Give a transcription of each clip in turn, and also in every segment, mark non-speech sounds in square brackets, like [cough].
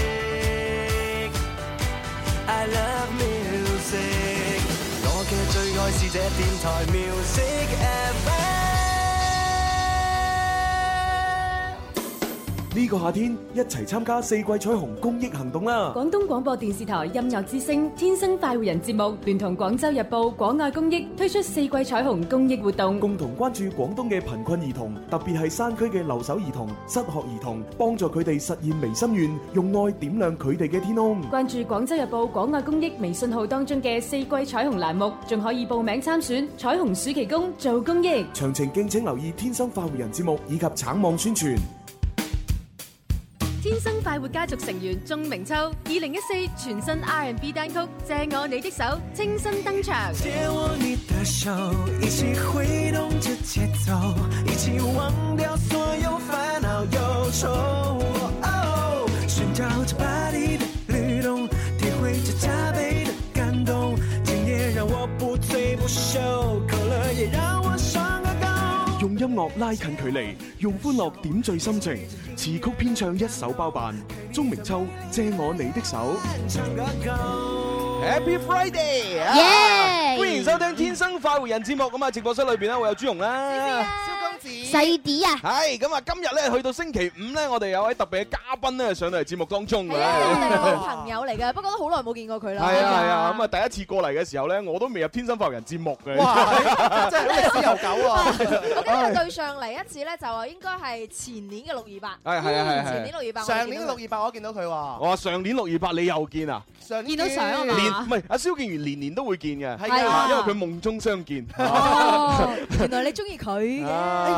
music。I love music，我嘅最愛是這電台 music FM。呢個夏天一齊參加四季彩虹公益行動啦！廣東廣播電視台音樂之聲《天生快活人》節目聯同廣州日報廣愛公益推出四季彩虹公益活動，共同關注廣東嘅貧困兒童，特別係山區嘅留守兒童、失學兒童，幫助佢哋實現微心願，用愛點亮佢哋嘅天空。關注廣州日報廣愛公益微信號當中嘅四季彩虹欄目，仲可以報名參選彩虹暑期工做公益。詳情敬請留意《天生快活人》節目以及橙網宣傳。天生快活家族成員鍾明秋，二零一四全新 R&B 單曲《借我你的手》清新登場。借我你的手，一起揮動着節奏，一起忘掉所有煩惱憂愁。哦尋找着巴黎的律動，體會着加倍的感動。今夜讓我不醉不休，可樂也讓我上個高。用音樂拉近距離，用歡樂點綴心情。詞曲編唱一手包辦，鍾明秋借我你的手。唱個夠 Happy Friday！耶！歡迎收聽《天生快活人》節目咁啊！直播室裏邊咧，會有朱容啦。細啲啊，係咁啊！今日咧去到星期五咧，我哋有位特別嘅嘉賓咧上到嚟節目當中嘅。係啊，我哋係老朋友嚟嘅，不過都好耐冇見過佢啦。係啊係啊，咁啊第一次過嚟嘅時候咧，我都未入《天生快活人》節目嘅。啊 [laughs] 我記得佢對上嚟一次咧，就話應該係前年嘅六二八。嗯係係啊係啊前年六二八。 [laughs] 我話上年六二八你又見啊？見到相啊嘛。年唔係阿蕭敬元年年都會見嘅，係啊因為佢夢中相 [laughs] 見。哦，原來你中意佢嘅。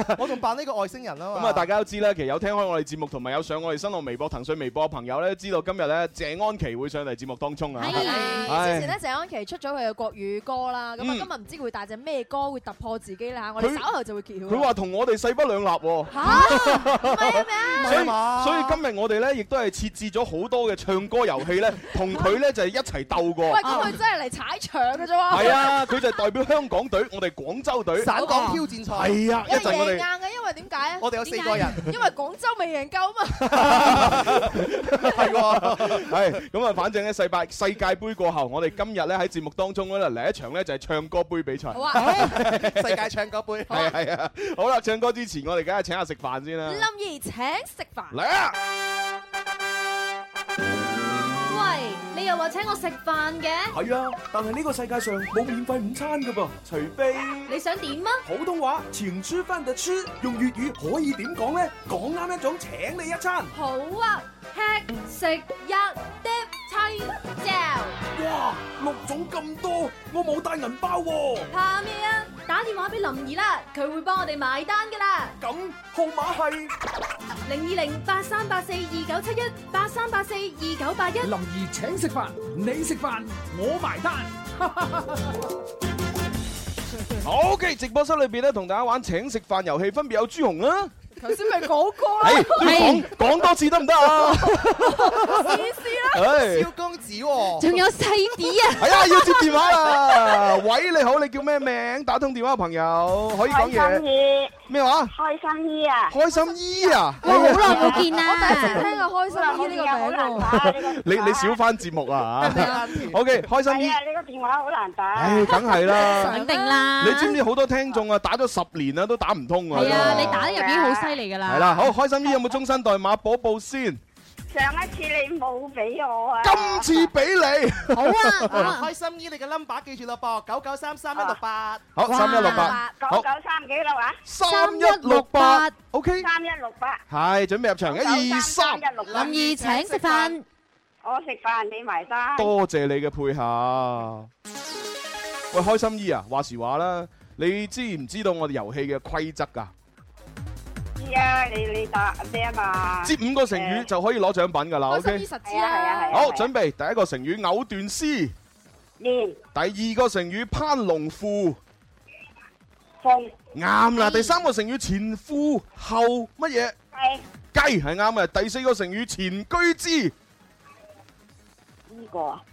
咁啊，大家都知啦，其實有聽開我哋節目，同埋有上我哋新浪微博、騰訊微博嘅朋友咧，知道今日咧謝安琪會上嚟節目當中啊。係唉之前咧，謝安琪出咗佢嘅國語歌啦，咁嗯啊今日唔知佢會帶隻咩歌會突破自己啦，我哋佢稍後就會揭曉啦。佢話同我哋勢不兩立喎。 [laughs] 嚇，唔係啊咩啊？所以所以今日我哋咧亦都係設置咗好多嘅唱歌遊戲咧，同佢咧就係一齊鬥過喂，。咁佢真係嚟踩場嘅啫喎。係 [laughs] 啊，佢就係代表香港隊，我哋廣州隊。係啊，一有陣我贏硬哋嘅，因為點解啊？我哋有四個人點解，因為廣州未贏夠啊嘛。 [laughs] 係喎，係咁啊！反正咧世界世界盃過後，我哋今日咧喺節目當中咧嚟一場咧就係唱歌杯比賽。好啊，係啊係啊，好啦，唱歌之前我哋梗係請下食飯先啦。林怡請食飯。嚟啊！喂，你又話請我食飯嘅，係啊，但係呢個世界上冇免費午餐噶噃，除非你想點啊？普通話錢出翻就出，用粵語可以點講咧？講啱一種請你一餐，好啊，吃食一碟青椒，哇，六種咁多，我冇帶銀包喎、怕咩啊？打電話俾林兒啦，佢會幫我哋埋單噶啦。咁號碼係零二零八三八四二九七一八三八四二九八一。林兒請食飯，你食飯，我埋單。好嘅，直播室裏邊咧同大家玩請食飯遊戲，分別有朱紅啦。頭先咪講過啦，誒，哎都要講講多次得唔得啊？試試啦。唉仲有細 [laughs] 啲啊，係啊，要接電話 [laughs] 啦！喂，你好，你叫咩名？打通電話嘅朋友可以講嘢咩話？開心姨啊！哇，好耐冇見我第一次啦，聽啊，開心姨呢個名喎。你 [laughs] 你少翻節目啊！OK，開心啊姨，唉，梗係 [laughs] 啦！肯定啦，你知唔知好多聽眾啊，打咗十年啦都打唔通啊！係啊，你打得入邊好犀利噶啦，係啦，好開心姨有冇終身代碼補報先？今次俾你好啊，好啊，好哇三一六八，好三一六八，OK，係準備入場，一二三，林兒請食飯，多謝你嘅配合。喂，開心姨啊，話時話啦，你知唔知道我哋遊戲嘅規則啊㗎？接五個成語誒就可以攞獎品㗎啦啊開心，OK 姨。實知啊。好，準備第一個成語藕斷絲，第二個成語攀龍附，啱啦。第三個成語前赴後乜嘢？雞係啱啊嘅。第四個成語前居之，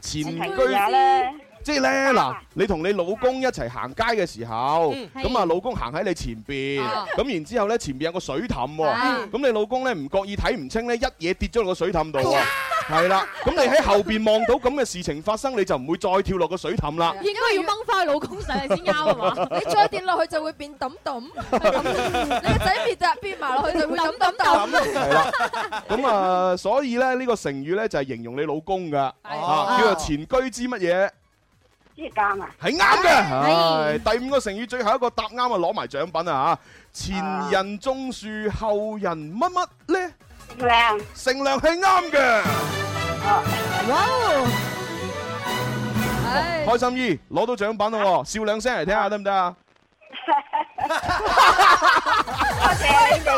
前居即係咧嗱，你同你老公一齊行街嘅時候，嗯咁啊老公行喺你前邊啊，咁然之後咧前邊有個水凼啊喎，咁你老公咧唔覺意睇唔清咧，一嘢跌咗落個水凼度喎。係啦，咁你喺後邊望到咁嘅事情發生，你就唔會再跳落個水凼啦。應該要掹翻佢老公上嚟先啱啊嘛？ [laughs] 你再跌落去就會變揼揼，你個仔跌啊跌埋落去就會揼揼揼。係啦，咁啊，所以咧呢個成語咧就係形容你老公噶，啊叫做前居之乜嘢？之間啊，係啱嘅，唉，第五個成語最後一個答啱啊，攞埋獎品啊嚇！前人種樹，後人乜乜咧？靚乘涼係啱嘅，唉開心姨攞到獎品咯喎，笑兩聲嚟聽下得唔得啊？多謝你哋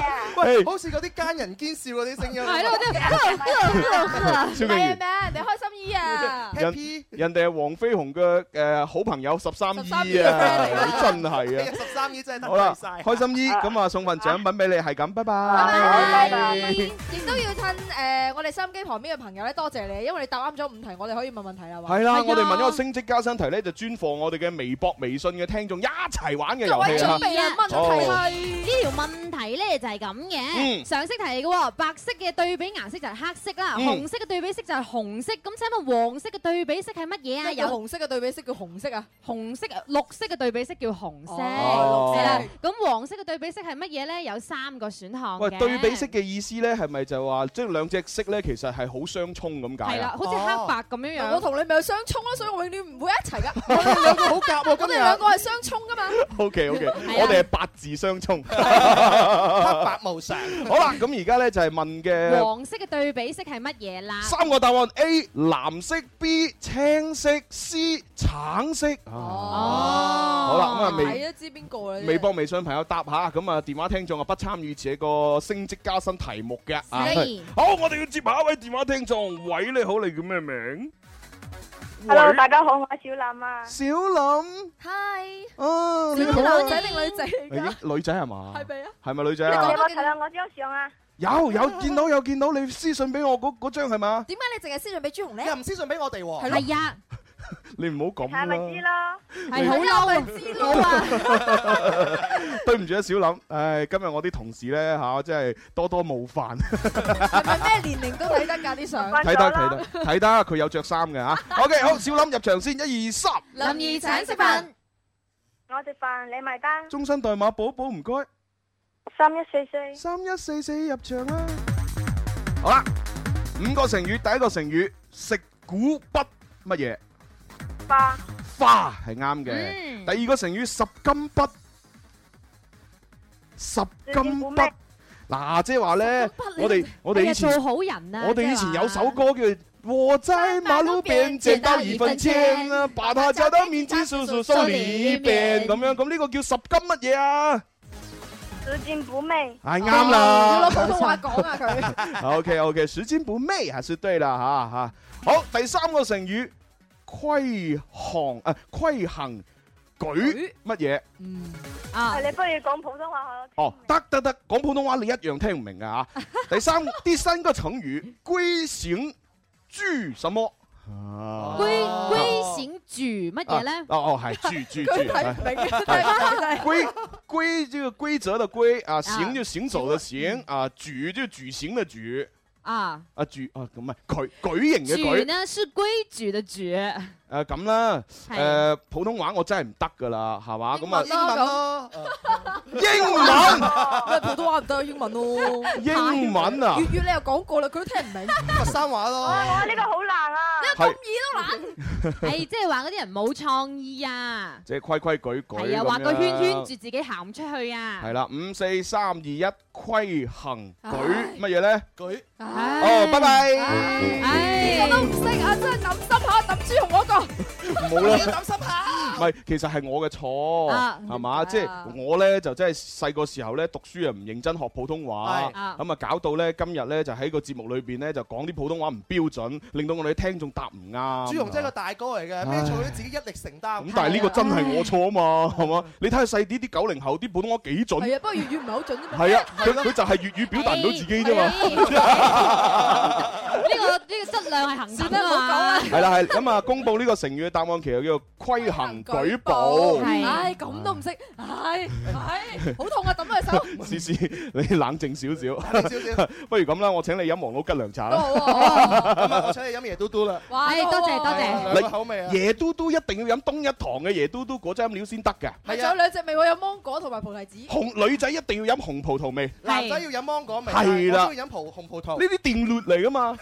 啊！喂，好似嗰啲奸人奸笑嗰啲聲音。係咯，即係蕭敬係啊元，咩？你開心姨啊！ ，Happy 人哋係黃飛鴻嘅誒好朋友十三13姨姨啊，啊你真係啊！十三姨真係得好啦，罪晒。開心姨，咁啊送份獎品俾你，係咁，拜 Ờ, 拜拜。亦都要趁誒我哋收音機旁邊嘅朋友咧，多謝你，因為你答啱咗五題，我哋可以問問題啦。係啦，我哋問一個升職加薪題咧，就專放我哋嘅微博、微信嘅聽眾一齊玩嘅各位遊戲準啦。備啊，問好題呢條問題咧就係咁嗯嘅，常識題嚟嘅喎，白色嘅對比顏色就係黑色啦，嗯紅色嘅對比色就係紅色，咁請問黃色嘅對比色係乜嘢啊？係有有紅色嘅對比色叫紅色啊，紅色、綠色嘅對比色叫紅色，哦係啦。咁黃色嘅對比色係乜嘢咧？有三個選項喂，嘅對比色嘅意思咧，係咪就話即係兩隻色咧，其實係好相衝咁解係啦，啊？好似黑白咁樣我樣。同你咪有相沖咯，所以我永遠唔會一齊 [laughs] 噶。我哋兩個好夾喎，我今哋日兩個係相沖噶嘛。 O K O K，啊我哋係八字相衝。黑白無常。好啦，咁而家咧就係問嘅黃色嘅對比色係乜嘢啦？三個答案：A 藍色、B 青色、C 橙色。啊哦，好啦，咁啊睇微都知邊個啦。真係微博、微信朋友答下，咁啊電話聽眾啊不參與這個升職加薪題目嘅啊。係好，我哋要接下一位電話聽眾。喂，你好，你叫咩名 Hello，大家好，我係小林啊。小林。 Hi，哦，你你個男仔定女仔嚟㗎？女仔係嘛？係咪啊？係咪女仔你啊有？冇睇下我張相啊？有有見到有見到，你私信俾我嗰嗰張係嘛？點解你淨係先咗俾朱紅咧？又唔私信俾我哋喎。係啊，你唔好咁睇下咪知啦。咯。係好嬲啊！我啊，對唔住啊，小林，唉，今日我啲同事咧吓，真係多多冒犯。係咪咩年齡都睇得㗎啲相？睇得睇得睇得，佢有着衫嘅吓。OK，好，小林入場先，一二三，林怡請食飯，我食飯你埋單，終身代碼寶寶唔該。三一四四三一四四入場啦。好啦，五個成語，第一個成語食古不乜嘢八花係啱嘅。嗯，第二個成語十金不十金不。嗱，即係話咧，我哋我哋以哎呀前做好人啊！我哋以前有首歌叫。我在馬路邊見到一份錢啊，把它交到面子叔叔手裏邊咁樣，咁呢個叫十金乜嘢啊？拾金不昧，係哎啱啦。要攞普通話講啊佢。 [laughs] OK OK，時間不昧還是對啦吓吓。啊好，第三個成語規行啊，規行舉乜嘢？啊啊，你不如講普通話我。哦，得得得，講普通話你一樣聽唔明噶 [laughs] 吓。第三，第三個成語歸行豬什麼？哦啊歸歸醒住乜嘢咧？哦哦，係 [laughs] 豬豬佢睇唔豬。明，啊真 [laughs] 係規規這個規則的規啊，行就行走的行啊，舉就舉行的舉啊，啊舉啊咁啊舉舉型嘅住舉呢是規矩嘅住，誒咁啦。誒、係普通話我真係唔得噶啦，係嘛？咁英文咯， [laughs] 喂普通話唔啊，得，英文咯。英文英文啊粵，語你又講過啦， [laughs] 佢都聽唔明。佛山話咯。哇，呢個好難 [laughs] 啊！哎係 [laughs] 係哎即係話嗰啲人冇創意啊！即係規規矩矩係啊，咁畫個樣圈圈住。自己行唔出去啊！係啦，五四三二一，規行舉乜嘢咧？舉哦，拜拜，唉，我都唔識啊，真係諗深下抌朱紅嗰個。冇啦，擔心下。唔係，其實係我嘅啊錯，係嘛？點即解係啊我咧就真係細個時候咧讀書又唔認真學普通話係，啊咁啊搞到咧今日咧就喺個節目裏邊咧就講啲普通話唔標準，令到我哋聽眾答唔啱。朱紅真係個大哥嚟嘅，咩錯佢都自己一力承擔咁。但係呢個真係我錯啊嘛，係嘛？你睇下細啲啲九零後啲普通話幾準，係啊，不過粵語唔係好準啫嘛。係啊，佢佢就係粵語表達唔到自己啫嘛。嘛。呢個呢個質量係恒等啊嘛。系啦系，咁啊公布呢個成語嘅答案，其實叫做規行舉報報。唉，咁都唔識，唉唉，好痛啊！抌佢 [laughs] 手，思思，你冷靜少少，少少 [laughs] 不如咁啦，我請你飲王老吉涼茶都啦。好啊！咁啊我請你飲椰嘟嘟啦，哇，唉都好多謝啊多謝兩個口味啊，椰嘟嘟一定要飲東一堂嘅椰嘟嘟果汁飲料先得㗎。係係仲有啊，兩隻味喎，有芒果同埋葡提子。紅女仔一定要飲紅葡萄味，呢男仔要飲芒果味，係啦我中意飲葡紅葡萄。啲電劣嚟 [laughs] 㗎嘛。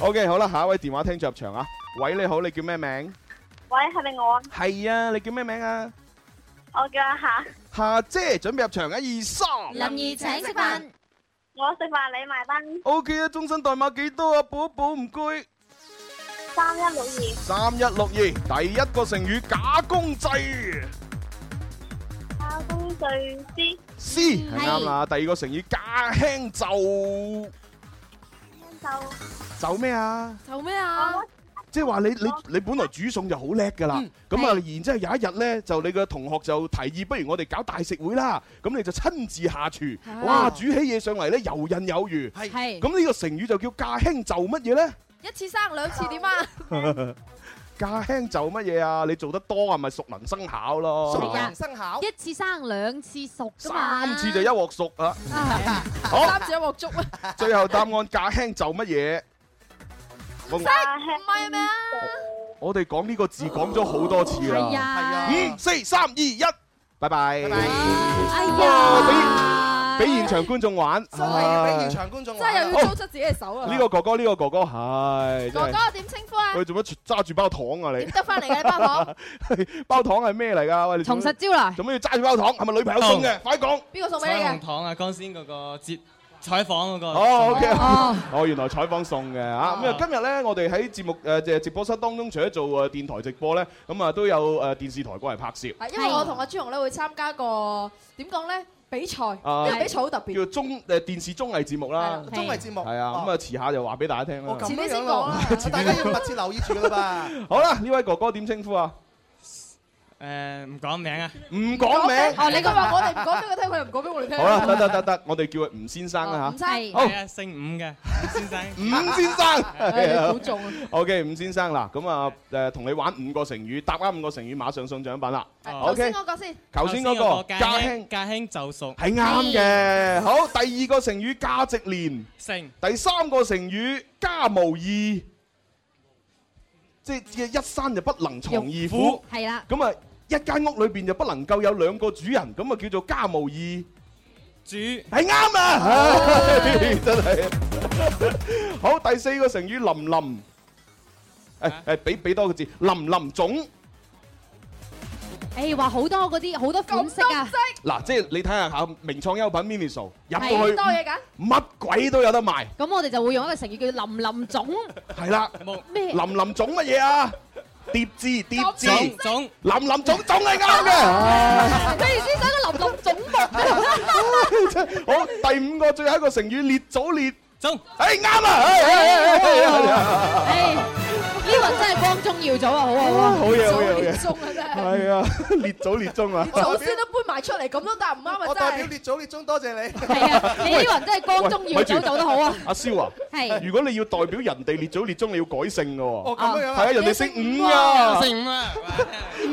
OK，好啦，下一位電話聽眾入場啊。喂，你好，你叫咩名？喂，係咪我啊？係啊，你叫咩名啊？我叫阿霞，夏姐準備入場，一二三。林怡請食飯，我食飯你埋單， O K 啊，終身代碼幾多啊？寶寶唔該。三一六二三一六二，第一個成語假公濟打工最知 C 係啱啦。第二個成語駕輕就就就咩啊？嗯就咩啊？即係話你你你本來煮餸就好叻㗎啦，咁啊，然之後有一日咧，就你嘅同學就提議，不如我哋搞大食會啦。咁你就親自下廚，啊哇，煮起嘢上嚟咧游刃有餘。係咁呢個成語就叫駕輕就乜嘢咧？一次生兩次點啊？ [laughs] 駕輕就乜嘢啊？你做得多係咪熟能生巧咯？熟係啊能生巧，一次生兩次熟㗎嘛。 [laughs] 三次就一鑊熟啊！啊好，三隻鑊粥啊？最後答案駕輕就乜嘢？我打輕唔係咩啊？我哋講呢個字講咗好多次係啦。啊，五、四、三、二、一，拜拜。哎哇呀，俾現場觀眾玩，真係要俾現唉場觀眾真係又玩。要租出自己嘅手啊！呢個哥哥，呢個哥哥，唉，真哥係哥點稱呼啊？喂，做乜揸住包糖啊點你？得翻嚟嘅呢包糖？ [laughs] 包糖係咩嚟㗎？喂，你做從乜實招來。做乜要揸住包糖？係咪女朋友送嘅？快講！邊個送俾你嘅？糖啊，剛先嗰個接採訪嗰個哦，OK，哦，哦，原來採訪送嘅啊！咁啊，今日咧，我哋喺節目誒即係直播室當中，除咗做誒電台直播咧，咁啊都有誒電視台過嚟拍攝，係因為我同阿朱紅咧會參加個點講咧比賽，啊因為比賽好特別。叫呃綜誒電視綜藝節目啦。綜藝節目係啊，咁啊遲下就話俾大家聽啦哦。咁遲啲先樣講 [laughs] 咯啦，大家要密切留意住㗎啦噃。好啦，呢位哥哥點稱呼啊？誒，唔講名啊，唔講名。哦，你佢話我哋唔講俾佢聽，佢又唔講俾我哋聽。好啦，得得得得，我哋叫佢吳先生啦唔嚇。使，好係啊，姓伍嘅伍先生，吳先唉你好生重啊！ ，OK，吳先生嗱，咁啊誒，同你玩五個成語，答啱五個成語，馬上送獎品啦。哦頭 OK，先嗰個先，頭先嗰個駕家兄輕駕輕就熟，係啱嘅。好，第二個成語價值連，姓第三個成語家無義，即係一山就不能藏二虎。係啦，咁啊，一間屋裏邊就不能夠有兩個主人，咁啊叫做家無義。主 [laughs] 係啱 [laughs] 啊！真係好，第四個成語林林，誒誒，俾俾多個字，林林總。誒哎話好多嗰啲好多款式啊，嗱，即係你睇下嚇，名創優品 Miniso 入係到去多，嘢㗎。乜鬼都有得賣，咁我哋就會用一個成語叫林 [laughs] 林總係啦。木咩？林林總乜嘢啊？疊字疊字，總林總林總總係啱嘅。譬如先生個林林總 [laughs] 目，好，第五個最後一個成語列祖列，總，誒啱啊哎哎哎哎哎！誒呢個真係光宗耀祖 à? 啊，好啊好啊！好嘢好嘢好列嘢，宗啊真係，係啊， [laughs] 列祖列宗啊。祖先都搬埋出嚟，咁都答唔啱啊我代表真係。列祖列宗多謝你。係 à. 啊，你呢個人真係光宗耀祖做得好啊！阿蕭啊，係如果你要代表人哋列祖列宗，你要改姓嘅喎。哦，咁樣樣係啊，啊，人哋姓伍啊。姓伍啊，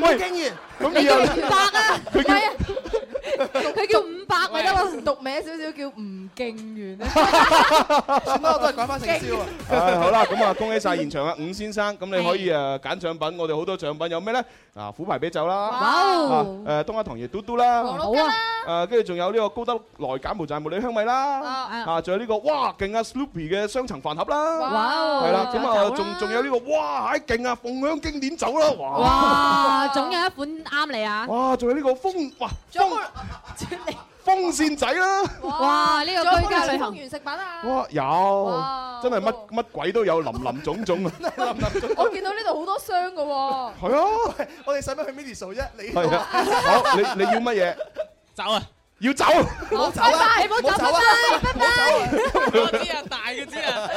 喂，竟然咁你你叫又五百啊，佢叫佢叫 "Ừ, 五百咪得咯。讀名少少叫吳敬元咧，算啦，我都係改翻姓蕭啊。唉好啦，咁啊，恭喜晒現場啊，伍先生，咁你可以誒揀獎品，我哋好多獎品有咩咧？啊，虎牌啤酒啦，哇啊哦，誒東亞糖椰嘟嘟啦，好啊！誒跟住仲有呢個高德來柬埔寨茉莉香米 Ờ. 啦，啊啊仲有呢個哇勁啊 Sloopy 嘅雙層飯盒啦，哇哦！係啦，咁啊酒仲仲有呢個哇唉勁啊鳳香經典酒啦，哇哇，總有一款啱你啊！哇仲有呢個風哇仲風風扇仔啦，哇，呢個居家旅行，原食品啊！哇有哇真係乜乜鬼都有林林 [laughs] 種種啊，我見到呢度好多箱㗎喎。係啊我哋使乜去 Mini 數啫？你係啊，好你你要乜嘢？走啊！要走，冇走啊！你唔好走啊！冇走啊！我知啊，大嘅知啊，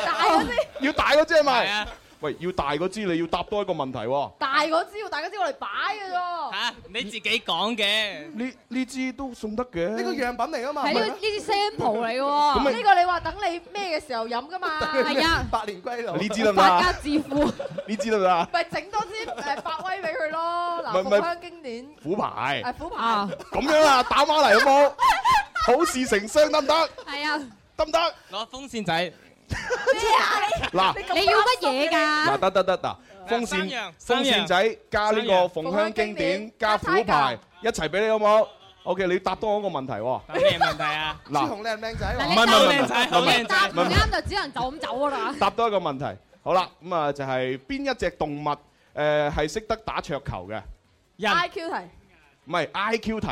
要大嗰只係係咪？啊，喂，要大嗰支你要答多一個問題喎。大嗰支要大家知我嚟擺嘅啫。吓，你自己講嘅。呢呢支都送得嘅。呢個樣品嚟噶嘛？係呢個係咪啊呢啲 sample 嚟嘅喎。咁咪呢個你話等你咩嘅時候飲噶嘛？係啊，百年歸老。呢支得唔得啊百家致富，呢支得唔得啊？咪整多支誒百威俾佢咯。咪嗱，咪復香經典虎牌。誒虎牌，咁樣啦，打孖嚟好 [laughs] 冇？好事成雙得唔得？係啊，得唔得？攞風扇仔。嗱你要乜嘢㗎？嗱得得得嗱，風三扇樣風扇仔加呢個鳳香經典加虎牌一齊俾你好冇？OK，你答多我一個問題喎。有咩問題啊？朱嗱，紅靚唔靚仔唔喎？係唔係唔好靚仔係好唔靚仔係，答唔啱就只能就咁走㗎啦。答多一個問題。好啦，咁啊就係邊一隻動物誒係識得打桌球嘅？人 I Q 題，唔係 I Q 題，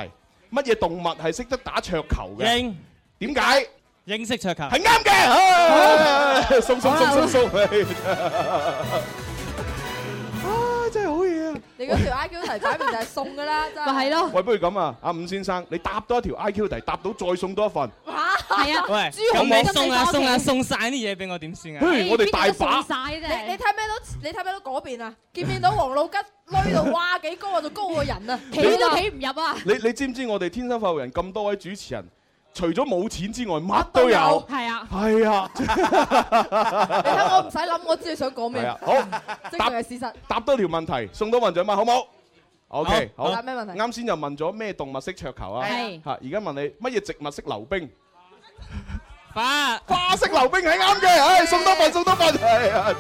乜嘢動物係識得打桌球嘅？英點解？英式桌球。係啱嘅唉，送送送送送，啊真係好嘢啊！你嗰條 I Q 題擺明就係送㗎啦，真係。咪係咯，喂，不如咁啊，阿伍先生，你答多一條 I Q 題，答到再送多一份。係啊。喂，朱紅咁你真係送啊多謝送啊送晒啲嘢俾我點算啊？嘿，我哋大邊個都把送，晒啫。你你睇唔睇到？你睇唔睇到嗰邊啊？見唔見到黃老吉攣到哇幾高啊？仲高過人啊！ [laughs] 企都企唔入啊！你你知唔知我哋天生發育人咁多位主持人，除咗冇錢之外，乜都有。係啊，係啊，你睇我唔使諗，我知你想講係咩啊，，好，即係事實。答多條問題，送多份獎品，好冇？OK，好。答咩問題？啱先就問咗咩動物識桌球啊？係嚇，而家問你乜嘢植物識溜冰？花花式溜冰係啱嘅，唉，送多份，送多份，係啊！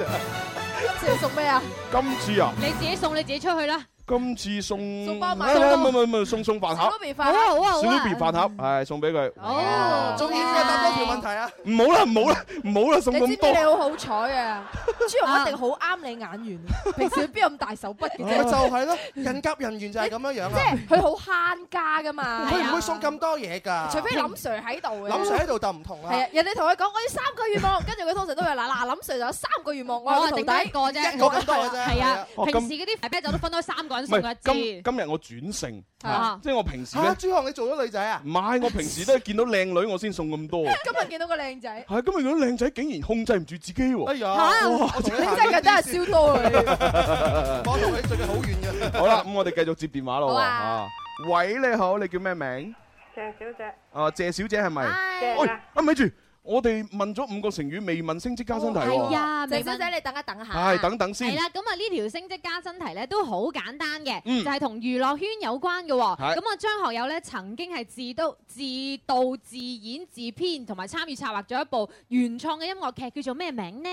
今次你送咩啊？今次啊，你自己送你自己出去啦。今次送送包米啊唔唔唔唔送送飯盒小。邊好快啊好啊好啊！ Snoopy 飯盒，係送俾佢。哦，仲要再答多條問題啊！唔好啦，唔好啦，唔好啦，送你知唔咁知你好多。好彩 [laughs] 啊？朱紅一定好啱你眼緣，平時佢邊有咁大手筆嘅咪啫？就係咯，人夾人緣就係咁樣樣即啊！係佢好慳家噶嘛。佢唔會送咁多嘢㗎，除非林 Sir 喺度嘅。林 Sir 喺度就唔同係啦啊，，人哋同佢講我要三個願望，跟住佢通常都會嗱嗱，林 Sir 就有三個願望，我有我個係徒整弟。得一個啫，一個咁多嘅啫係啊，哦咁平時嗰啲啤酒都分開三個人唔送一今支。今日我轉性，啊即係我平時嚇咧，朱紅你做咗女仔啊？唔係我平時都係見到靚女我先送咁 [laughs] 多。今日見到個靚仔，係今日嗰啲靚仔竟然控制唔住自己哎喎。呀，嚇我同你你真行係咗真係啲線燒多 [laughs] 佢。我同你最近好遠嘅。好啦，咁我哋繼續接電話咯。好啊啊喂，你好，你叫咩名？鄭小姐，啊，謝小姐係咪？鄭喂，啊咪住，我哋問咗五個成語，未問升職加薪題係喎。啊，鄭未小問姐，你等一等下。唉，等等係先。啦，咁啊呢條升職加薪題咧都好簡單嘅，嗯就係同娛樂圈有關嘅喎。係咁啊張學友咧曾經係自導自導自演自編同埋參與策劃咗一部原創嘅音樂劇，叫做咩名呢？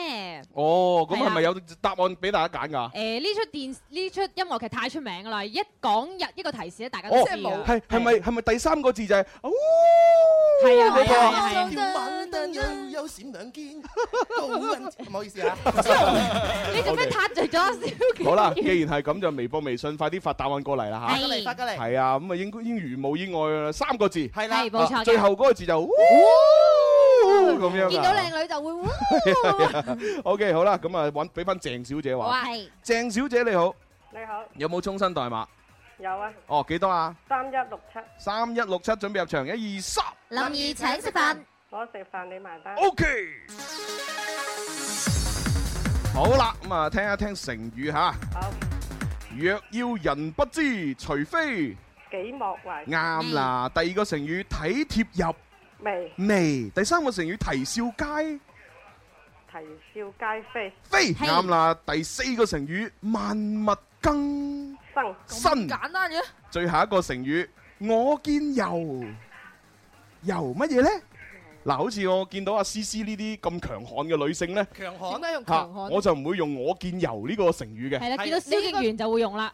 哦，咁係啊係咪有答案俾大家揀㗎？誒呢出電呢出音樂劇太出名㗎啦，一講日一個提示咧，大家都哦知㗎啦。係係咪係咪第三個字就係？哦係啊嗰個係啊係啊跳晚燈悠悠閃兩肩，高溫唔好意思啊，你做咩撻著咗小好啦，既然係咁，就微博、微信快啲發答案過嚟啦發過嚟發過吓。嚟，係啊，咁啊應該應如無意外啊，三個字，係啦係，冇錯嘅。最後嗰個字就呜咁樣。見到。靚女就會哇 [laughs] O K，好啦，咁啊揾俾翻鄭小姐話。係鄭小姐你好，你好，有冇終身代碼？有啊，哦，幾多啊？三一六七，三一六七準備入場，一二三林怡請食飯，我食飯你埋單。 ，O K。好啦，咁啊聽一聽成語吓。好，若要人不知，除非幾莫為嗯啱啦。第二個成語體貼未入微，第三個成語啼笑皆啼笑皆非，非，係啱啦。第四個成語萬物更生新，簡單嘅，最後一個成語我見猶猶乜嘢呢？嗱，好似我見到阿思思呢啲咁強悍嘅女性呢，強點悍解用嚇強悍？我就唔會用我見猶呢個成語嘅。係啦，見到蕭敬元就會用啦。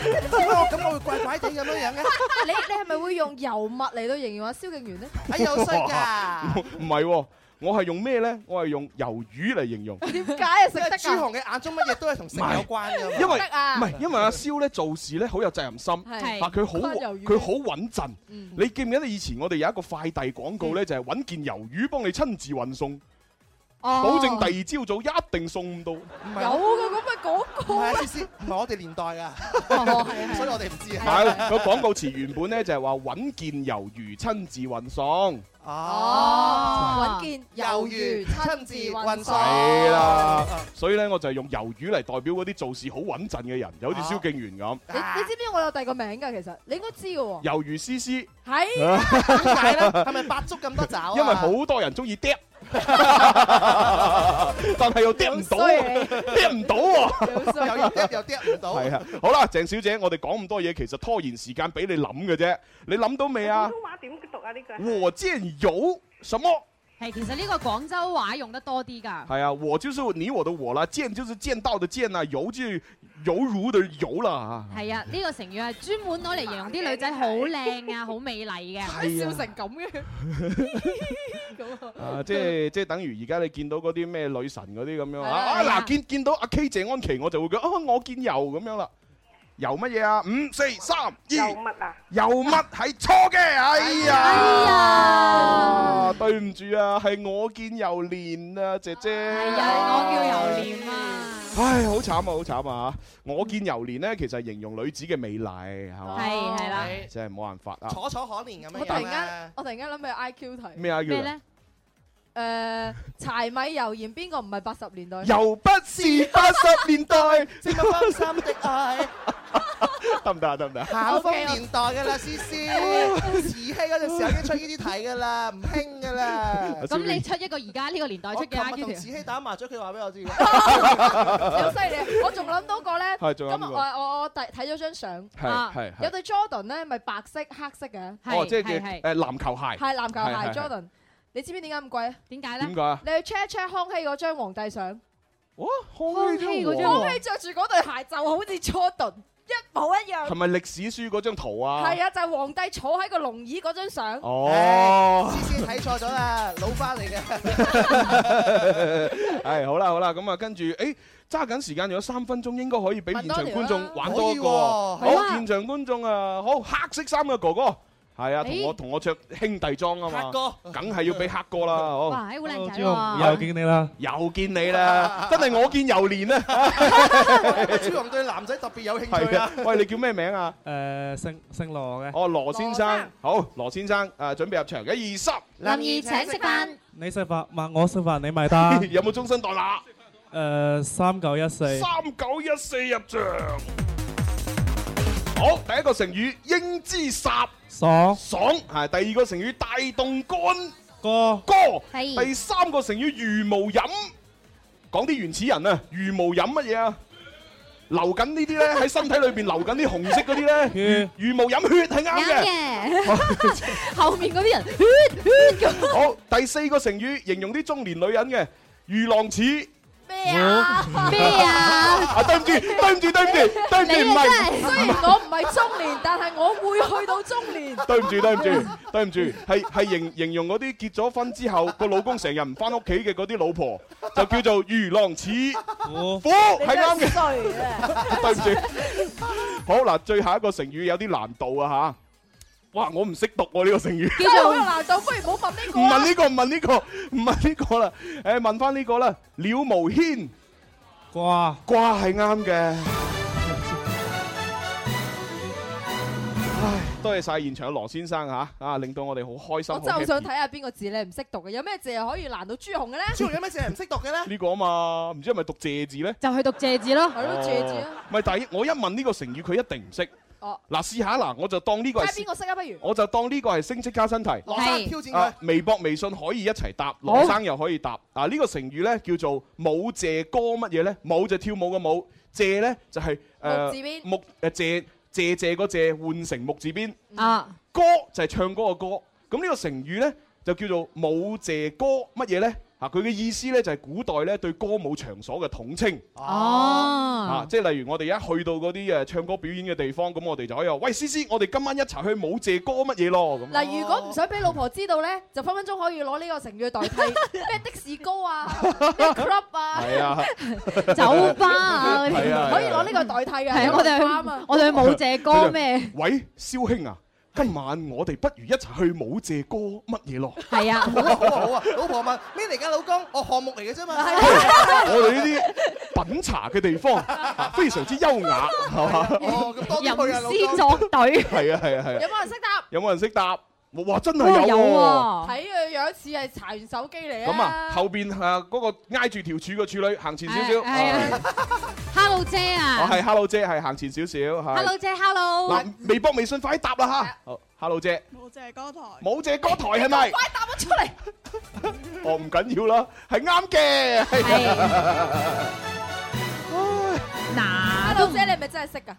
點解我 [laughs] 咁我會怪怪地咁樣樣嘅？你你係咪會用油物嚟到形容阿蕭敬元咧？哎呀，好衰㗎！唔係喎，我係用咩呢？我係用魷魚嚟形容。點解啊？食即係得朱㗎？紅嘅眼中乜嘢都係同性有關㗎嘛。因為得啊唔係，因為阿蕭咧做事咧好有責任心，係啊佢好關魷魚佢好穩陣。嗯你記唔記得以前我哋有一個快遞廣告咧，就係揾件魷魚幫你親自運送，哦保證第二朝早一定送到。有嘅咁嘅廣告唔係啊咩思思唔係我哋年代啊，所以我哋唔知啊。係個廣告詞原本咧就係話穩健猶如親自運送。哦，穩健猶猶如如親親自自運運送送，係啦，所以咧我就用魷魚嚟代表嗰啲做事好穩陣嘅人，就好哦似蕭敬元咁。你你知唔知我有第二個名㗎？其實你應該知嘅喎。猶如思思，因係啊點解咧？係咪白足咁多爪啊？為好多人中 [laughs] 意嗒，但係又嗒唔到，嗒唔到喎。又要嗒又嗒唔到。係啊，好啦，鄭小姐，我哋講咁多嘢，其實拖延時間俾你諗嘅啫。你諗到未啊普？通話點讀啊？呢句係和見有什麼？係其實呢個廣州話用得多啲㗎。係啊，我就是你我的我啦，見就是見到的見啦，有就有如的有啦啊。係啊，呢個成語係專門攞嚟形容啲女仔好 [laughs] 靚啊、好美麗嘅，係啊笑成咁嘅。 [laughs] 啊，即係即係等於而家你見到嗰啲咩女神嗰啲咁樣啊，係啊啊嗱見見到阿 K 謝安琪我就會覺得啊我見油咁樣啦，油乜嘢啊？五四三二，有乜啊？油乜係錯嘅，哎呀，對唔住啊，係我見油蓮啊，姐姐，係我叫榴蓮啊。唉，好慘啊，好慘啊！我見油蓮咧，其實係形容女子嘅美麗，係嘛？係係啦。真係冇辦法啊！楚楚可憐咁樣。我突然間，我突然間諗起 I Q 題。咩 IQ 題咩呢？Ờ, 誒，柴米油鹽邊個唔係八十年代？又不是八十年代， [laughs] 寂寞芳心的愛，得唔得啊？得唔得啊？下風年代㗎啦，思思，慈禧嗰陣時候已經出呢啲題㗎啦，唔興㗎啦。咁你出一個而家呢個年代出我嘅琴 I 日 Q 同條慈，禧打麻雀，佢話俾我知。好犀利！我仲諗到個咧，係今日仲有邊個我我我睇睇咗張相，係啊係係有對 Jordan 咧，咪白色黑色嘅，哦，即係嘅誒籃球鞋，係籃係係球鞋 Jordan。你知唔知點解咁貴啊？點解咧點解啊你去 check 一 check 康熙嗰張皇帝相，哇！康熙嗰張皇康熙着住嗰對鞋就好似 Jordan 一模一樣係。咪歷史書嗰張圖啊？ [laughs] 係啊，就係皇帝坐喺個龍椅嗰張相。哦，思思睇錯咗 [laughs] 啦，老花嚟嘅。係好啦好啦，咁啊跟住，誒揸緊時間，仲有三分鐘，應該可以俾現場觀眾玩多一個喎。可以喎係好，啊現場觀眾啊，好黑色衫嘅哥哥，係啊，同我咦同我着兄弟裝啊嘛，黑哥梗係要俾黑哥啦，好。哇，好靚仔又喎！見你啦，又見你啦，真係我見又 [laughs] 連 [laughs] 啦。朱紅對男仔特別有興趣係啊啊！，喂，你叫咩名啊？誒，姓姓羅嘅。哦，羅先生，好，羅先生，誒，準備入場，一二三。林怡請食飯，你食飯，唔我食飯，你埋 [laughs] 單。有冇終身代碼？誒，三九一四。三九一四入場。好，第一個成語英姿飒爽爽，係第二個成語帶動幹歌歌，係第三個成語茹毛飲。講啲原始人啊，茹毛飲乜嘢啊？流緊呢啲咧喺身體裏邊流緊啲紅色嗰啲咧，茹茹毛飲血係 [laughs] 啱啱嘅。嘅。後面嗰啲人，血血咁。 [laughs] 好，第四個成語形容啲中年女人嘅，如狼似咩啊咩啊？啊，對唔住，對唔住，對唔住，對唔住，唔係，雖然我唔係中年，但係我會去到中年。對唔住，對唔住，對唔住，係係形形容嗰啲結咗婚之後個老公成日唔翻屋企嘅嗰啲老婆，就叫做如狼似哦虎，係啱嘅。對唔住。好嗱，最後一個成語有啲難度啊吓，哇，我唔識讀喎呢個成語。叫做難度，不如唔好問呢唔個啊問呢個，唔問呢個，唔問呢個啦。誒，問翻呢個啦。了無牽掛掛係啱嘅。唉，多謝晒現場嘅羅先生嚇，啊，令到我哋好開心。我就好想 happy 睇下邊個字你唔識讀嘅，有咩字係可以難到朱紅嘅咧？朱紅有咩字係唔識讀嘅咧？呢個啊嘛，唔知係咪讀謝字咧？就去讀謝字咯。係咯，謝字啊！唔係，但係我一問呢個成語，佢一定唔識。哦，嗱，試下嗱，我就當呢個睇下係邊，個識啊？不如我就當呢個係升職加薪題。羅生挑戰啊佢。，微博、微信可以一齊答，羅生又可以答。啊，呢、個成語呢叫做舞謝歌乜嘢呢？舞就跳舞嘅舞，謝呢就係、呃木字邊木誒謝謝謝個謝換成木字邊，啊，歌就係唱歌嘅歌。咁呢個成語呢，就叫做舞謝歌乜嘢呢？啊，佢嘅意思呢就係、古代呢對歌舞場所嘅統稱。啊 Ờ. 哦，，即係例如我哋一去到嗰啲誒呃唱歌表演嘅地方，咁我哋就可以哎話：喂，思思，我哋今晚一齊去舞謝歌乜嘢咯？咁。嗱，如果唔想俾老婆知道咧，就分分鐘可以攞呢個成語去代替咩的士高啊、咩 club 啊、係啊，酒 [laughs] 吧啊嗰啲係啊係 à, 啊可以攞呢個代替嘅。係啊，我哋啱啊去，我哋去舞謝歌咩？喂，蕭兄啊，今晚我哋不如一齊去舞借歌乜嘢咯？ [laughs] 係啊好啊好啊好啊！老婆問咩嚟㗎，老公？我項目嚟嘅啫嘛。我哋呢啲品茶嘅地方啊非常之優雅，係嘛？哦，咁多啲去啊，老公。隊係啊係啊係有啊！冇人識答？有冇人識答？哇！真係有睇喎！佢樣似係查完手機嚟啊！咁啊，後邊啊嗰個挨住條柱嘅處女行前少少，哎係係啊啊 Hello 姐我啊係 Hello 姐，係行前少少，係。 ，Hello 姐，Hello，嗱，微博、微信快啲答哎啦嚇！好，Hello 姐，冇謝歌台，冇借歌台係哎咪？快答我出嚟！哦，唔緊要啦，係啱嘅。嗱，老姐你係咪真係識㗎？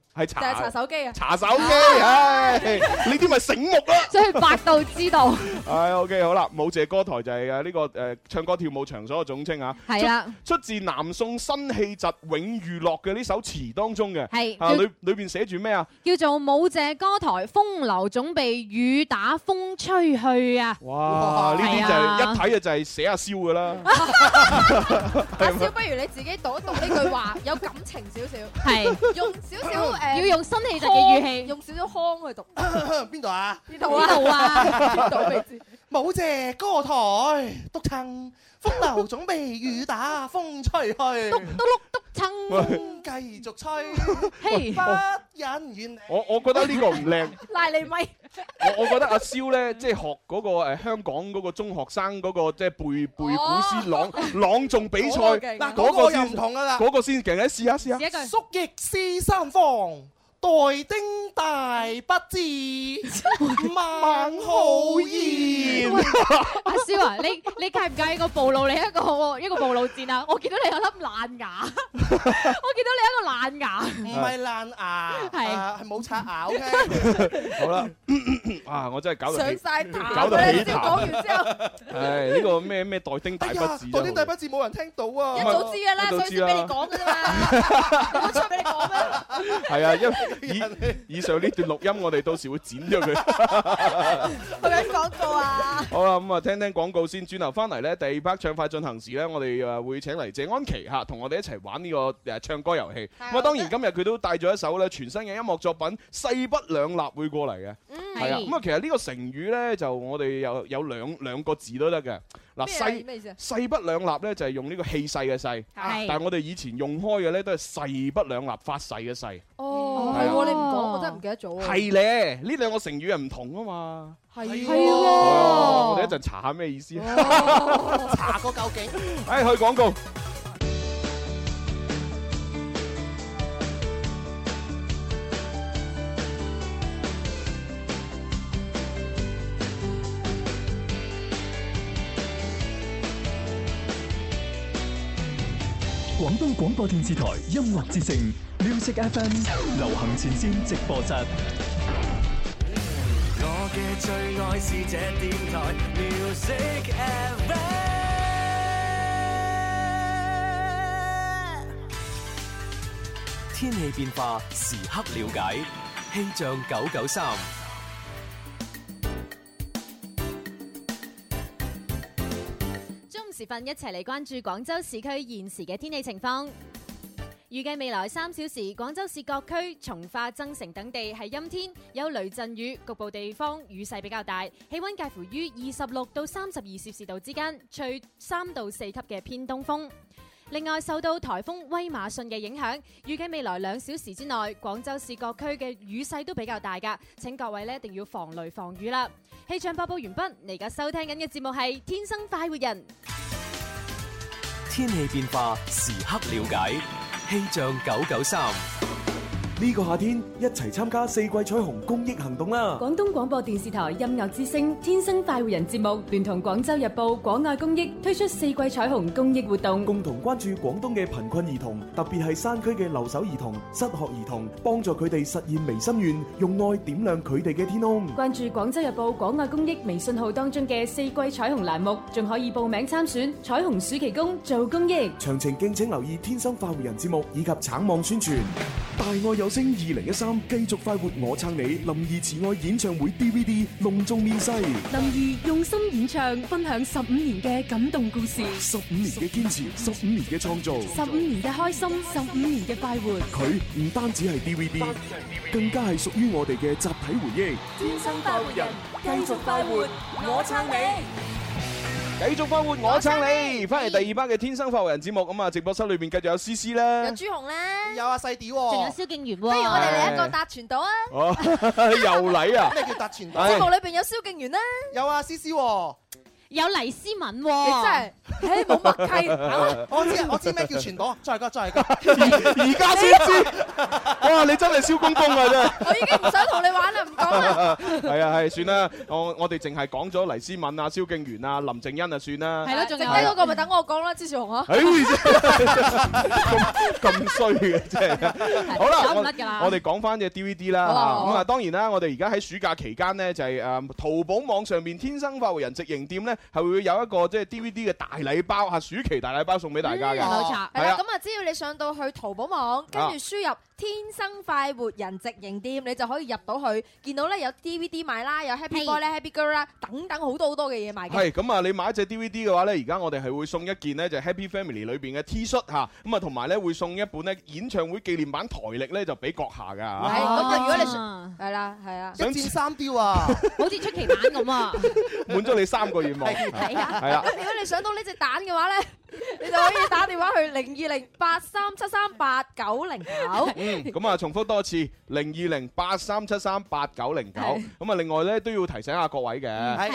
[laughs] 係就係查查手機啊！哎查手機，唉，呢啲咪醒目啦。所以百度知道。唉，OK，好啦，舞謝歌台就係誒啊呢個誒唱歌跳舞場所嘅總稱啊。係啊出，出自南宋辛棄疾《永遇樂》嘅呢首詞當中嘅。係啊，叫裏裏邊寫住咩啊？叫做舞謝歌台，風流總被雨打風吹去啊！哇！呢啲就係係啊一睇就就係寫阿蕭噶啦。阿蕭，不如你自己讀一讀呢句話，有感情少少，係用少少誒，要用新氣質嘅語氣，用少少腔去讀。 [laughs] 邊度啊？邊度啊邊度啊邊度未知。 [laughs] 冇謝歌台，督撐風流總被雨打風吹去，督督碌督撐風繼續吹，嘿不忍遠離。我我覺得呢個唔靚。拉你 [laughs] 咪，我我覺得阿蕭咧，即係學嗰個誒香港嗰個中學生嗰個即係背背古詩朗 [laughs] 朗誦比賽，嗰個勁嗱嗰個又唔同㗎啦嗰個先勁，你試下試下。宿亦是山房，待丁大不 [laughs] 至，孟浩然。阿蕭啊，你你介唔介意個暴露你一個一個暴露戰啊？我見到你有粒爛牙，我見到你一個爛牙，唔係爛牙，係啊係冇刷牙，OK。 [laughs] 好啦，啊，我真係搞到上起晒啊痰搞到起你先講痰。完之後，唉，呢個咩咩待丁大哎不呀字，待丁大啫。不字冇人聽到啊！一早知㗎啦，一所早以知先啦俾你講㗎啫嘛。我出俾你講咩？係啊，因以以上呢段錄音，我哋到時會剪咗佢。去緊廣告啊！好啦，咁啊，聽聽廣告先，轉頭翻嚟咧，第二 part 唱快進行時咧，我哋誒會請嚟謝安琪嚇，同我哋一齊玩呢個誒唱歌遊戲。嗯咁啊，當然今日佢都帶咗一首咧全新嘅音樂作品《勢不兩立》會過嚟嘅，嗯係啊。係咁啊，其實呢個成語咧，就我哋有有兩兩個字都得嘅。嗱，勢咩意思啊勢不兩立咧，就係用呢個氣勢嘅勢，但係我哋以前用開嘅咧，都係勢不兩立發勢嘅勢。哦，係係啊喎，你唔講我真係唔記得咗啊。係咧，呢兩個成語係唔同啊嘛。係喎，係喎哦我哋一陣查下咩意 [laughs] 思。啊哦查個究竟。 [laughs] 哎，去廣告。廣東廣播電視台音樂之聲 Music FM 流行前線直播室。我嘅最愛是這電台 Music FM。天氣變化時刻了解，氣象九九三。中午時分，一齊嚟關注廣州市區現時嘅天氣情況。預計未來三小時，廣州市各區、從化、增城等地係陰天，有雷陣雨，局部地方雨勢比較大，氣温介乎於二十六到三十二攝氏度之間，吹三到四級嘅偏東風。另外，受到颱風威馬遜嘅影響，預計未來兩小時之內，廣州市各區嘅雨勢都比較大㗎。請各位呢一定要防雷防雨啦。氣象播報完畢，你而家收聽緊嘅節目係《天生快活人》。天氣變化時刻了解，氣象九九三。呢個夏天一齊參加四季彩虹公益行動啦！廣東廣播電視台音樂之聲《天生快活人》節目聯同廣州日報廣愛公益推出四季彩虹公益活動，共同關注廣東嘅貧困兒童，特別係山區嘅留守兒童、失學兒童，幫助佢哋實現微心願，用愛點亮佢哋嘅天空。關注廣州日報廣愛公益微信號當中嘅四季彩虹欄目，仲可以報名參選彩虹暑期工做公益。詳情敬請留意《天生快活人》節目以及橙網宣傳。大愛有聲二零一三繼續快活我撐你林怡慈愛演唱會 DVD 隆重面世，林怡用心演唱，分享十五年嘅感動故事，十五年嘅堅持，十五年嘅創造，十五年嘅開心，十五年嘅快活。佢唔單止係 DVD，更加係屬於我哋嘅集體回憶。天生快活人，繼續快活，我撐你。繼續翻活我撐你，翻嚟第二班嘅《天生發育人》節目咁啊！直播室裏邊繼續有詩詩啦，紅咧，有啊細啲喎，仲有蕭敬元喎。不不如我哋嚟一個係搭傳道啊！哦， [laughs] 又 [laughs] 嚟啊！咩叫突傳節目裏邊有蕭敬元啦，有啊詩詩喎，有黎思敏喎，你真係，誒冇默契。 [laughs] 啊我知我知咩叫傳黨，再嚟個再嚟個，而家先知， [laughs] 哇！你真係蕭公公啊，真係。我已經唔想同你玩啦，唔講啦。係啊係，算啦，我我哋淨係講咗黎思敏啊、蕭敬元啊、林靜欣啊，算啦。係咯，剩低嗰個咪等我講啦，支持紅啊！哎咁咁衰嘅真係。好啦，搞唔甩㗎啦我我哋講翻只 DVD 啦。好啊好咁啊啊，當然啦，我哋而家喺暑假期間呢，就係誒淘寶網上面天生發育人直營店呢，係會有一個即係 DVD 嘅大禮包嚇，暑期大禮包送俾大家嘅。係啦，咁啊，只要你上到去淘寶網，跟啊住輸入天生快活人直營店，你就可以入到去，見到咧有 DVD 賣啦，有 Happy Boy 咧、Happy Girl 啦，等等好多好多嘅嘢賣係嘅。咁啊！你買一隻 DVD 嘅話呢，而家我哋係會送一件呢，就係 Happy Family 裏邊嘅 T 恤嚇，咁啊同埋呢，會送一本呢演唱會紀念版台歷呢，就俾閣下㗎。係咁就如果你想係啦，係啊，一箭三雕啊， [laughs] 好似出奇蛋咁啊！ [laughs] 滿足你三個願 [laughs] 望，係啊，係啦咁。如果你想到呢只蛋嘅話咧， [laughs] 你就可以打電話去零二零八三七三八九零九。嗯，咁啊，重複多次零二零八三七三八九零九。咁啊，另外咧都要提醒下各位嘅，係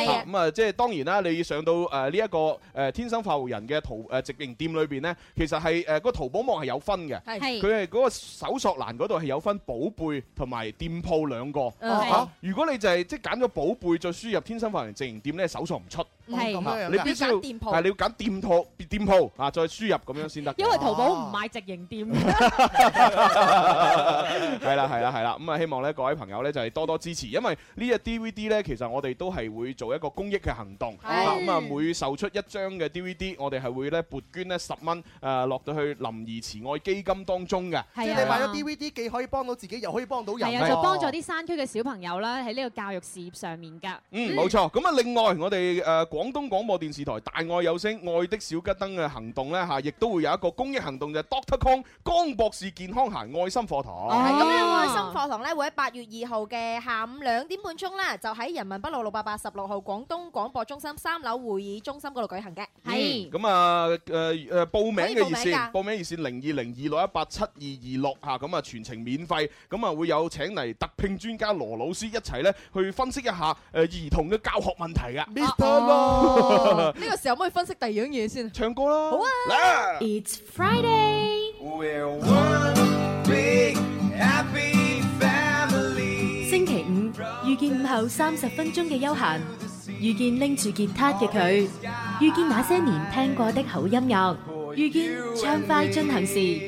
啊啊咁啊，即係當然啦，你上到誒呢一個誒天生發護人嘅淘誒直營店裏邊咧，其實係誒個淘寶網係有分嘅，係佢係嗰個搜索欄嗰度係有分寶貝同埋店鋪兩個。嗯係啊如果你就係即係揀咗寶貝再輸入天生發護人直營店咧，搜索唔出。係啊咁樣你㗎必須要要揀店鋪係你要揀店鋪店鋪啊，再輸入咁樣先得嘅。因為淘寶唔買直營店， [laughs] 係啦，係啦，係啦，咁啊，希望咧各位朋友咧就係多多支持，因為呢隻 DVD 咧，其實我哋都係會做一個公益嘅行動，係啊咁啊，每售出一張嘅 DVD，我哋係會咧撥捐咧十蚊，誒落到去林怡慈愛基金當中嘅。即係你買咗 DVD 既可以幫到自己，又可以幫到人係喎，啊，就幫助啲山區嘅小朋友啦，喺呢個教育事業上面㗎。嗯，冇錯。咁啊，另外我哋誒廣東廣播電視台大愛有聲愛的小吉燈嘅行動咧嚇，亦都會有一個公益行動，就係 Doctor Kong 江博士健康行愛心課堂。係咁樣，愛心課堂咧會喺八月二號嘅下午兩點半鐘啦，就喺人民北路六百八十六號廣東廣播中心三樓會議中心嗰度舉行嘅。嗯咁啊，誒誒報名嘅可以報熱名線，㗎報名熱線零二零二六一八七二二六嚇，咁啊全程免費，咁啊會有請嚟特聘專家羅老師一齊咧去分析一下誒兒童嘅教學問題㗎。哦呢個時候可唔可以分析第二樣嘢先？唱歌啦，好啊嚟，It's Friday。 Big happy family。星期五遇見午後三十分鐘嘅休閒，遇見拎住吉他嘅佢，遇見那些年聽過的好音樂，遇見暢快進行時。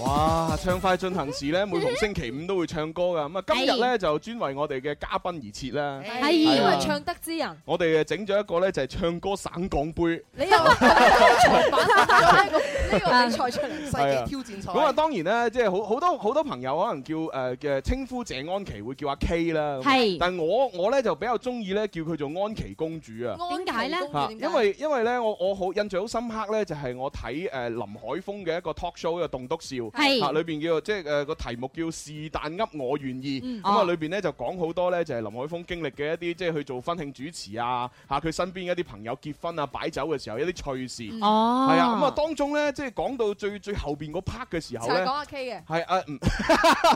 哇！唱快進行時咧，每逢星期五都會唱歌㗎，咁啊今日咧就專為我哋嘅嘉賓而設啦。啊係因為唱得之人，我哋啊整咗一個咧就係唱歌省港杯。你又重版咗呢個呢個比賽出嚟，世紀挑戰賽咁啊，當然啦，即係好好多好多朋友可能叫誒嘅稱呼謝安琪會叫阿 K 啦。啊係但我我咧就比較中意咧叫佢做安琪公主啊。點解咧？啊因為因為咧，我我好印象好深刻咧，就係我睇誒林海峰嘅一個 talk show 嘅《棟篤笑》，係啊裏邊叫即係誒個題目叫是但噏我願意，嗯咁啊哦裏邊咧就講好多咧就係林海峰經歷嘅一啲即係去做婚慶主持啊，嚇佢身邊一啲朋友結婚啊擺酒嘅時候一啲趣事，嗯哦係啊，咁啊當中咧即係講到最最後邊嗰 part 嘅時候就係咧講。阿 [laughs] K 嘅。[laughs] 係啊，唔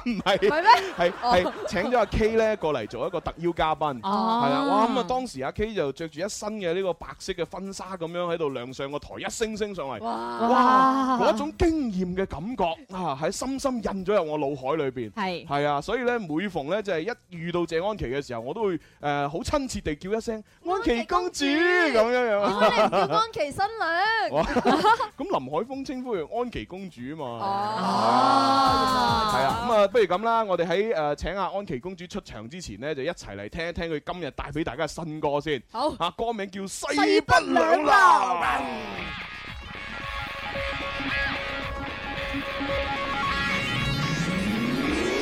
唔係，係咩係哦係請咗阿 K 咧過嚟做一個特邀嘉賓，係哦啊，哇咁啊當時阿 K 就着住一身嘅呢個白色嘅婚紗咁樣喺度亮相個台，一升升上嚟，哇哇嗰種驚豔嘅感覺啊，喺深深印咗入我腦海裏邊，係係啊，所以咧每逢咧就係一遇到謝安琪嘅時候，我都會誒好親切地叫一聲安琪公主咁樣樣。點解你唔叫安琪新娘？ [laughs] 哇！咁林海峰稱呼佢安琪公主啊嘛。哦係啊，咁啊，不如咁啦，我哋喺誒請阿安琪公主出場之前呢，就一齊嚟聽一聽佢今日帶俾大家嘅新歌先。好，啊，歌名叫《西不兩立》。 Hãy subscribe cho kênh Ghiền Mì Gõ Để không bỏ lỡ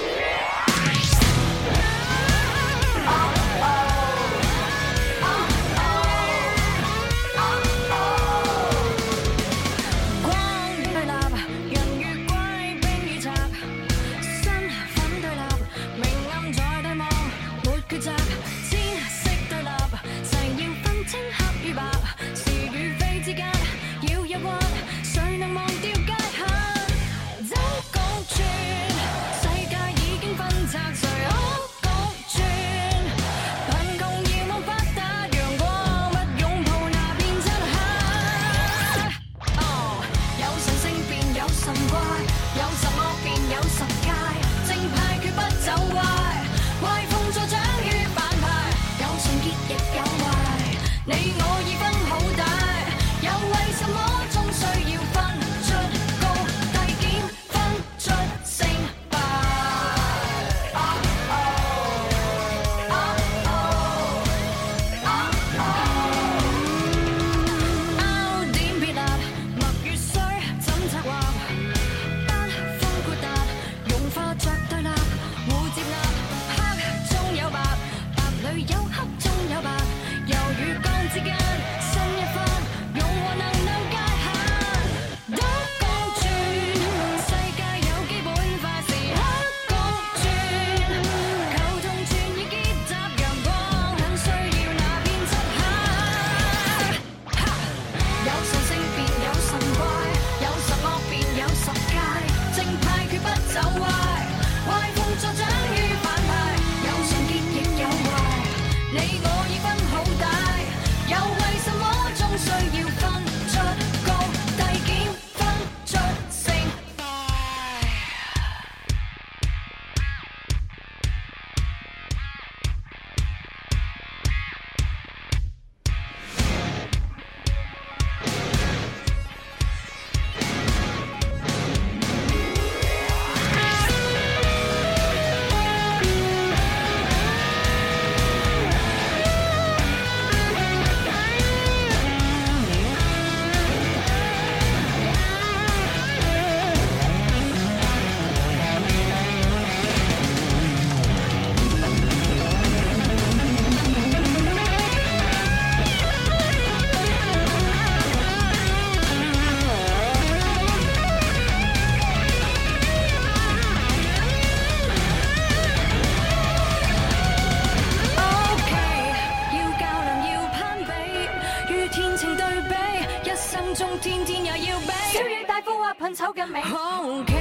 扮丑嘅美。o K，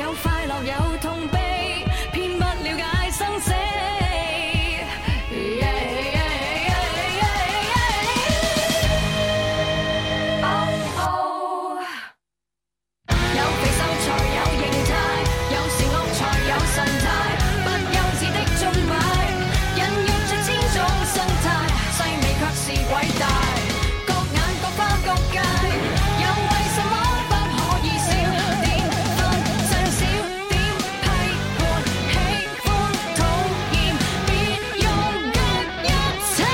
有快樂有痛悲，偏不了解生死。Oh, oh 有肥瘦才有形態，有善惡才有神態，不幼稚的進擺，孕育出千種生態，細微卻是偉大。各眼各花各界，又為什麼不可以笑？點分真少？點批判？喜歡討厭，別用腳一切。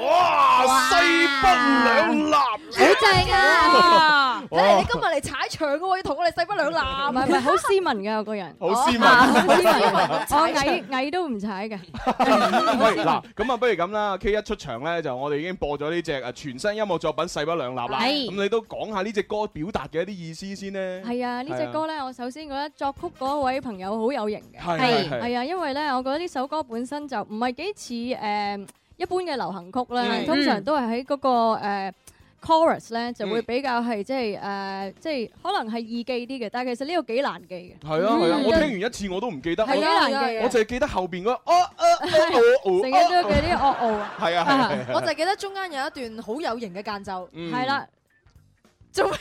哇，西北兩立，好正啊！哇睇嚟你今日嚟踩場嘅喎，要同我哋勢不兩立，唔係唔係，好斯文嘅我個人，好斯文啊好斯文，好我斯文矮矮都唔踩嘅，喂，嗱，咁啊，不如咁啦，K 一出場咧，就我哋已經播咗呢只誒全新音樂作品《勢不兩立》啦。係咁你都講下呢只歌表達嘅一啲意思先呢？係啊，呢只歌咧，我首先覺得作曲嗰位朋友好有型嘅，係係係係啊，因為咧，我覺得呢首歌本身就唔係幾似誒一般嘅流行曲啦嗯，通常都係喺嗰個誒 chorus 咧就會比較係即係誒即係可能係易記啲嘅，但係其實呢個幾難記嘅。係啊係啊嗯，我聽完一次我都唔記得，我係啊係啊係啊我淨係記得後邊嗰哦哦成日都有嗰啲惡傲啊！係啊係啊係啊我就記得中間有一段好有型嘅間奏，嗯係啦，做咩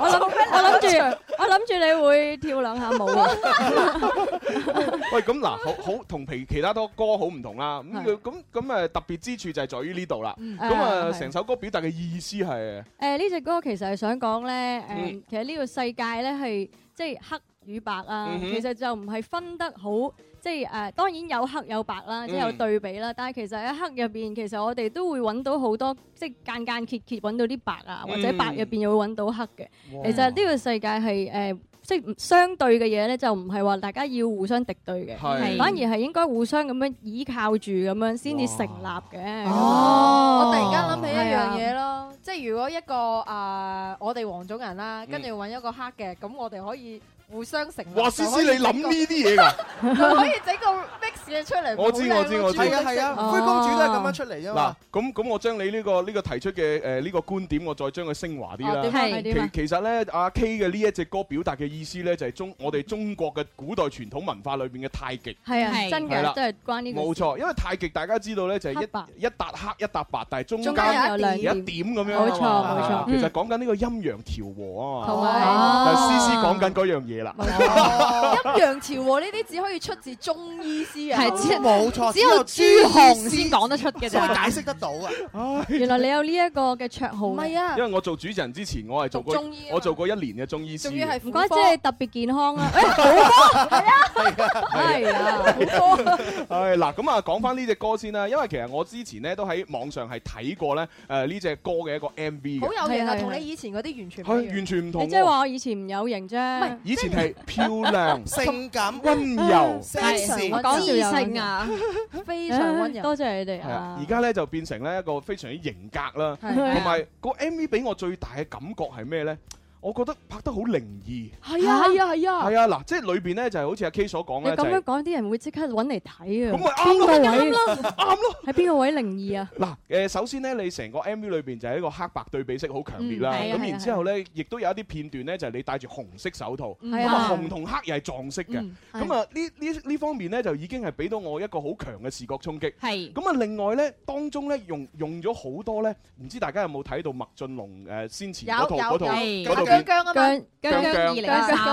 我諗我諗住我諗住你會跳兩下舞啊！ [laughs] 喂，咁嗱，好好同其其他多歌好唔同啦。咁佢咁咁誒呃特別之處就係在於呢度啦。嗯咁啊，啊係成首歌表達嘅意思係誒呢只歌其實係想講咧，誒、嗯其實呢個世界咧係即係黑與白啊，嗯哼其實就唔係分得好，即係誒、當然有黑有白啦，即係有嗯對比啦。但係其實喺黑入邊，其實我哋都會揾到好多，即係間間揭揭揾到啲白啊，或者嗯白入邊又會揾到黑嘅。哇其實呢個世界係誒。即係相對嘅嘢咧，就唔係話大家要互相敵對嘅，係反而係應該互相咁樣依靠住咁樣先至成立嘅。哦，我突然間諗起一係啊樣嘢咯，即係如果一個啊，我哋黃種人嗯啦，跟住揾一個黑嘅，咁我哋可以互相成立。哇思思你諗呢啲嘢㗎 [laughs] 就可以整個 mix 嘅出嚟。我知我知我知係哦係啊係啊灰公主都係咁樣出嚟啫嗱嘛。，咁咁我將你呢個呢個提出嘅誒呢個觀點，我再將佢升華啲哦點啊啦。係點啊其其實咧，阿 K 嘅呢一隻歌表達嘅意思咧，就係中我哋中國嘅古代傳統文化裏邊嘅太極。係啊，真係啦嘅，真係關呢個事。冇錯，因為太極大家知道咧，就係黑白一一笪黑一笪白，但係中中間有間兩有點一點咁樣。冇錯冇錯哦啊其實講緊呢個陰陽調和啊嘛。同埋但係思思講緊嗰樣嘢啦。陰陽調和呢啲只可以出自中醫師啊，係只冇錯只有朱紅先講得出嘅先會解釋得到啊。原來你有呢一個嘅綽號，唔係啊因為我做主持人之前，我係做過讀中醫啊嘛我做過一年嘅中醫師。唔怪之你特別健 [laughs] 康啦。誒，好多係啊，係啊，好多。係嗱，咁啊，講翻呢只歌先啦，因為其實我之前咧都喺網上係睇過咧，誒呢只歌嘅一個 M V 嘅，好有型啊，係係同你以前嗰啲完全唔係一樣。完全唔同你即係話喎。我以前唔有型啫。以前係漂亮、 [laughs] 性感温柔、非常我講笑有型啊，非常温柔。多謝你哋係啊啊，而！家咧就變成咧一個非常之型格啦，係同埋個 M V 俾我最大嘅感覺係咩咧？我覺得拍得好靈異。係啊係啊係啊係啊，嗱，即係裏邊咧就係好似阿 K 所講你咧，就咁樣係講，啲人會即刻揾嚟睇啊。邊個咁咪啱咯位？啱咯啱咯。喺邊個位靈異啊？嗱，誒首先咧，你成個 MV 裏邊就係一個黑白對比色好強烈啦。嗯係啊咁係啊然之後咧，亦都有一啲片段咧，就係你戴住紅色手套，嗯咁係啊啊紅同黑又係撞色嘅。嗯咁啊，呢呢呢方面咧，就已經係俾到我一個好強嘅視覺衝擊。係咁啊，另外咧，當中咧用用咗好多咧，唔知大家有冇睇到麥浚龍誒先前嗰套有有嗰套有嗰套姜片姜啊嘛姜姜2013姜係啦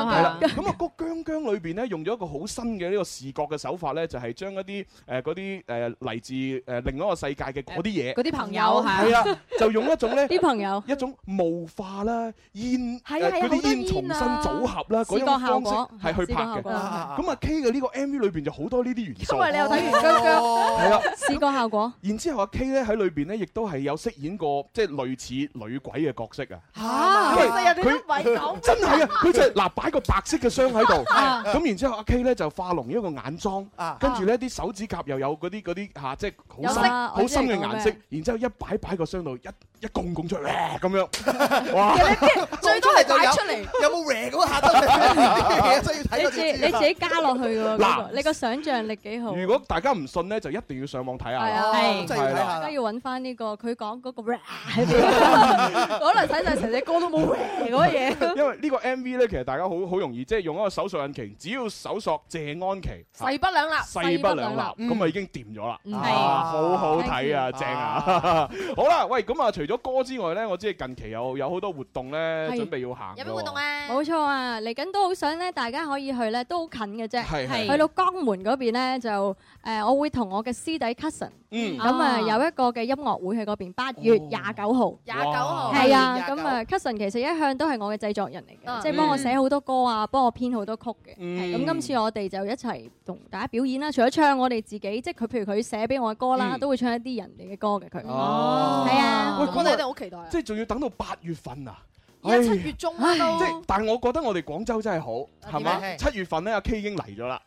啊。咁啊，個姜姜裏邊咧用咗一個好新嘅呢個視覺嘅手法咧，就係將一啲誒嗰啲誒嚟自誒另外一個世界嘅嗰啲嘢，呃嗰啲朋 [laughs] 友係啊係啦，就用一種咧啲朋友一種霧化啦、煙係誒啊呃係啊呃嗰好啲多煙重煙新啊組合啦嗰視覺種效方果式係去拍嘅。視覺效果啊咁啊 K 嘅呢個 MV 裏邊就好多呢啲元素，因為你有睇完姜姜係啊。視覺效果。然之後阿 K 咧喺裏邊咧，亦都係有飾演過即係類似女鬼嘅角色啊。啊，其實人哋都咪講真 [laughs] 係啊！佢就係嗱擺個白色嘅箱喺度，啊咁然之後阿 K 咧就化濃一個眼妝，跟住咧啲手指甲又有嗰啲嗰啲嚇，即係有好深色啊好深我知嘅你講顏咩色，然之後一擺擺個箱度一一拱拱出嚟哇 [laughs] 咁樣，其哇！實你邊最多係擺出嚟，有冇 r 嗰下 [laughs] 你自得？真係要睇嗰己你自己加落去嘅喎，嗰嗱個你個想像力幾好。 [laughs] 如果大家唔信咧，就一定要上網睇下係啦，啊，係係啦大家要揾翻呢個佢講嗰個 [laughs] rap 喺邊，可能睇晒成隻歌都冇 rap 嗰個嘢。 [laughs] 因為呢個 M V 咧，其實大家好好容易，即係用一個搜索引擎，只要搜索謝安琪，啊勢不兩立勢不兩立，咁啊已經掂咗啦，嗯啊係好好睇啊， Thank you 正啊！ [laughs] 好啦，喂，咁啊，除咗歌之外咧，我知係近期有有好多活動咧，係準備要行。有咩活動啊？冇錯啊！嚟緊都好想咧，大家可以去咧，都好近嘅啫。係係去到江門嗰邊咧，就誒、呃我會同我嘅師弟 cousin，嗯咁啊啊有一個嘅音樂會喺嗰邊，八月廿九號。 29號係啊， 29咁啊 cousin 其實一向都係我嘅製作人嚟嗯嘅，即係幫我寫好多歌啊，幫我編好多曲嘅。嗯咁今次我哋就一齊同大家表演啦，除咗唱我哋自己，即係佢譬如佢寫俾我嘅歌啦，嗯都會唱一啲人哋嘅歌嘅佢。 [laughs] 哦係啊，喂咁我哋都好期待啊即係仲要等到八月份啊！而家唉七月中啦都即係，但係我覺得我哋廣州真係好，係嘛點啊？七月份咧，阿 K 已經嚟咗啦。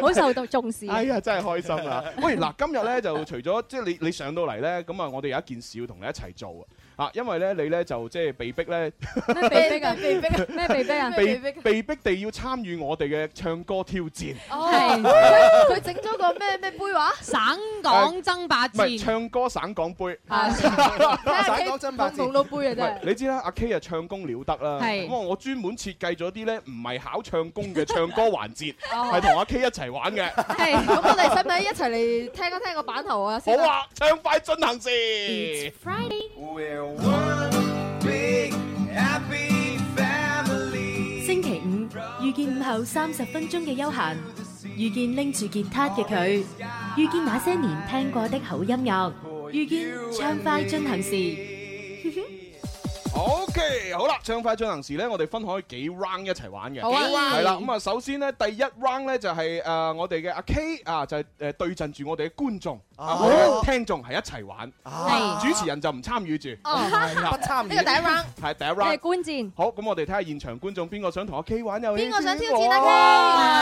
好受到重視。 [laughs] 哎呀，真係開心啊！喂，嗱，今日咧就除咗即係你你上到嚟咧，咁啊，我哋有一件事要同你一齊做啊！啊，因為咧你咧就即係被逼咧，咩被逼啊？被逼咩被逼 [laughs] 啊？被被逼地要參與我哋嘅唱歌挑戰。哦，係佢佢整咗個咩咩杯話？省港爭霸唔係唱歌省港杯。À, 省港爭霸冇到杯啊唔係，你知啦，阿 K 啊唱功了得啦，係咁啊我專門設計咗啲咧唔係考唱功嘅唱歌環節，哦係同阿 K 一齊玩嘅。 [laughs] 係，咁我哋使唔使一齊嚟聽一聽個版頭啊？好先啦啊，唱快進行時。星期五遇見午後三十分鐘嘅休閒，遇見拎住吉他嘅佢，遇見那些年聽過的好音樂，遇見暢快進行時。 OK，好啦，唱快進行時咧，我哋分開幾 round 一齊玩嘅。好啊係啦，咁啊，首先咧，第一 round 咧就係誒我哋嘅阿 K 啊，就係誒對陣住我哋嘅觀眾、啊哦我哋嘅聽眾係一齊玩。係主持人就唔參與住。哦係啦不參與呢個第一 round 係第一係 round。觀戰。好，咁我哋睇下現場觀眾邊個想同阿 K 玩遊戲。邊個想挑戰阿 K？咁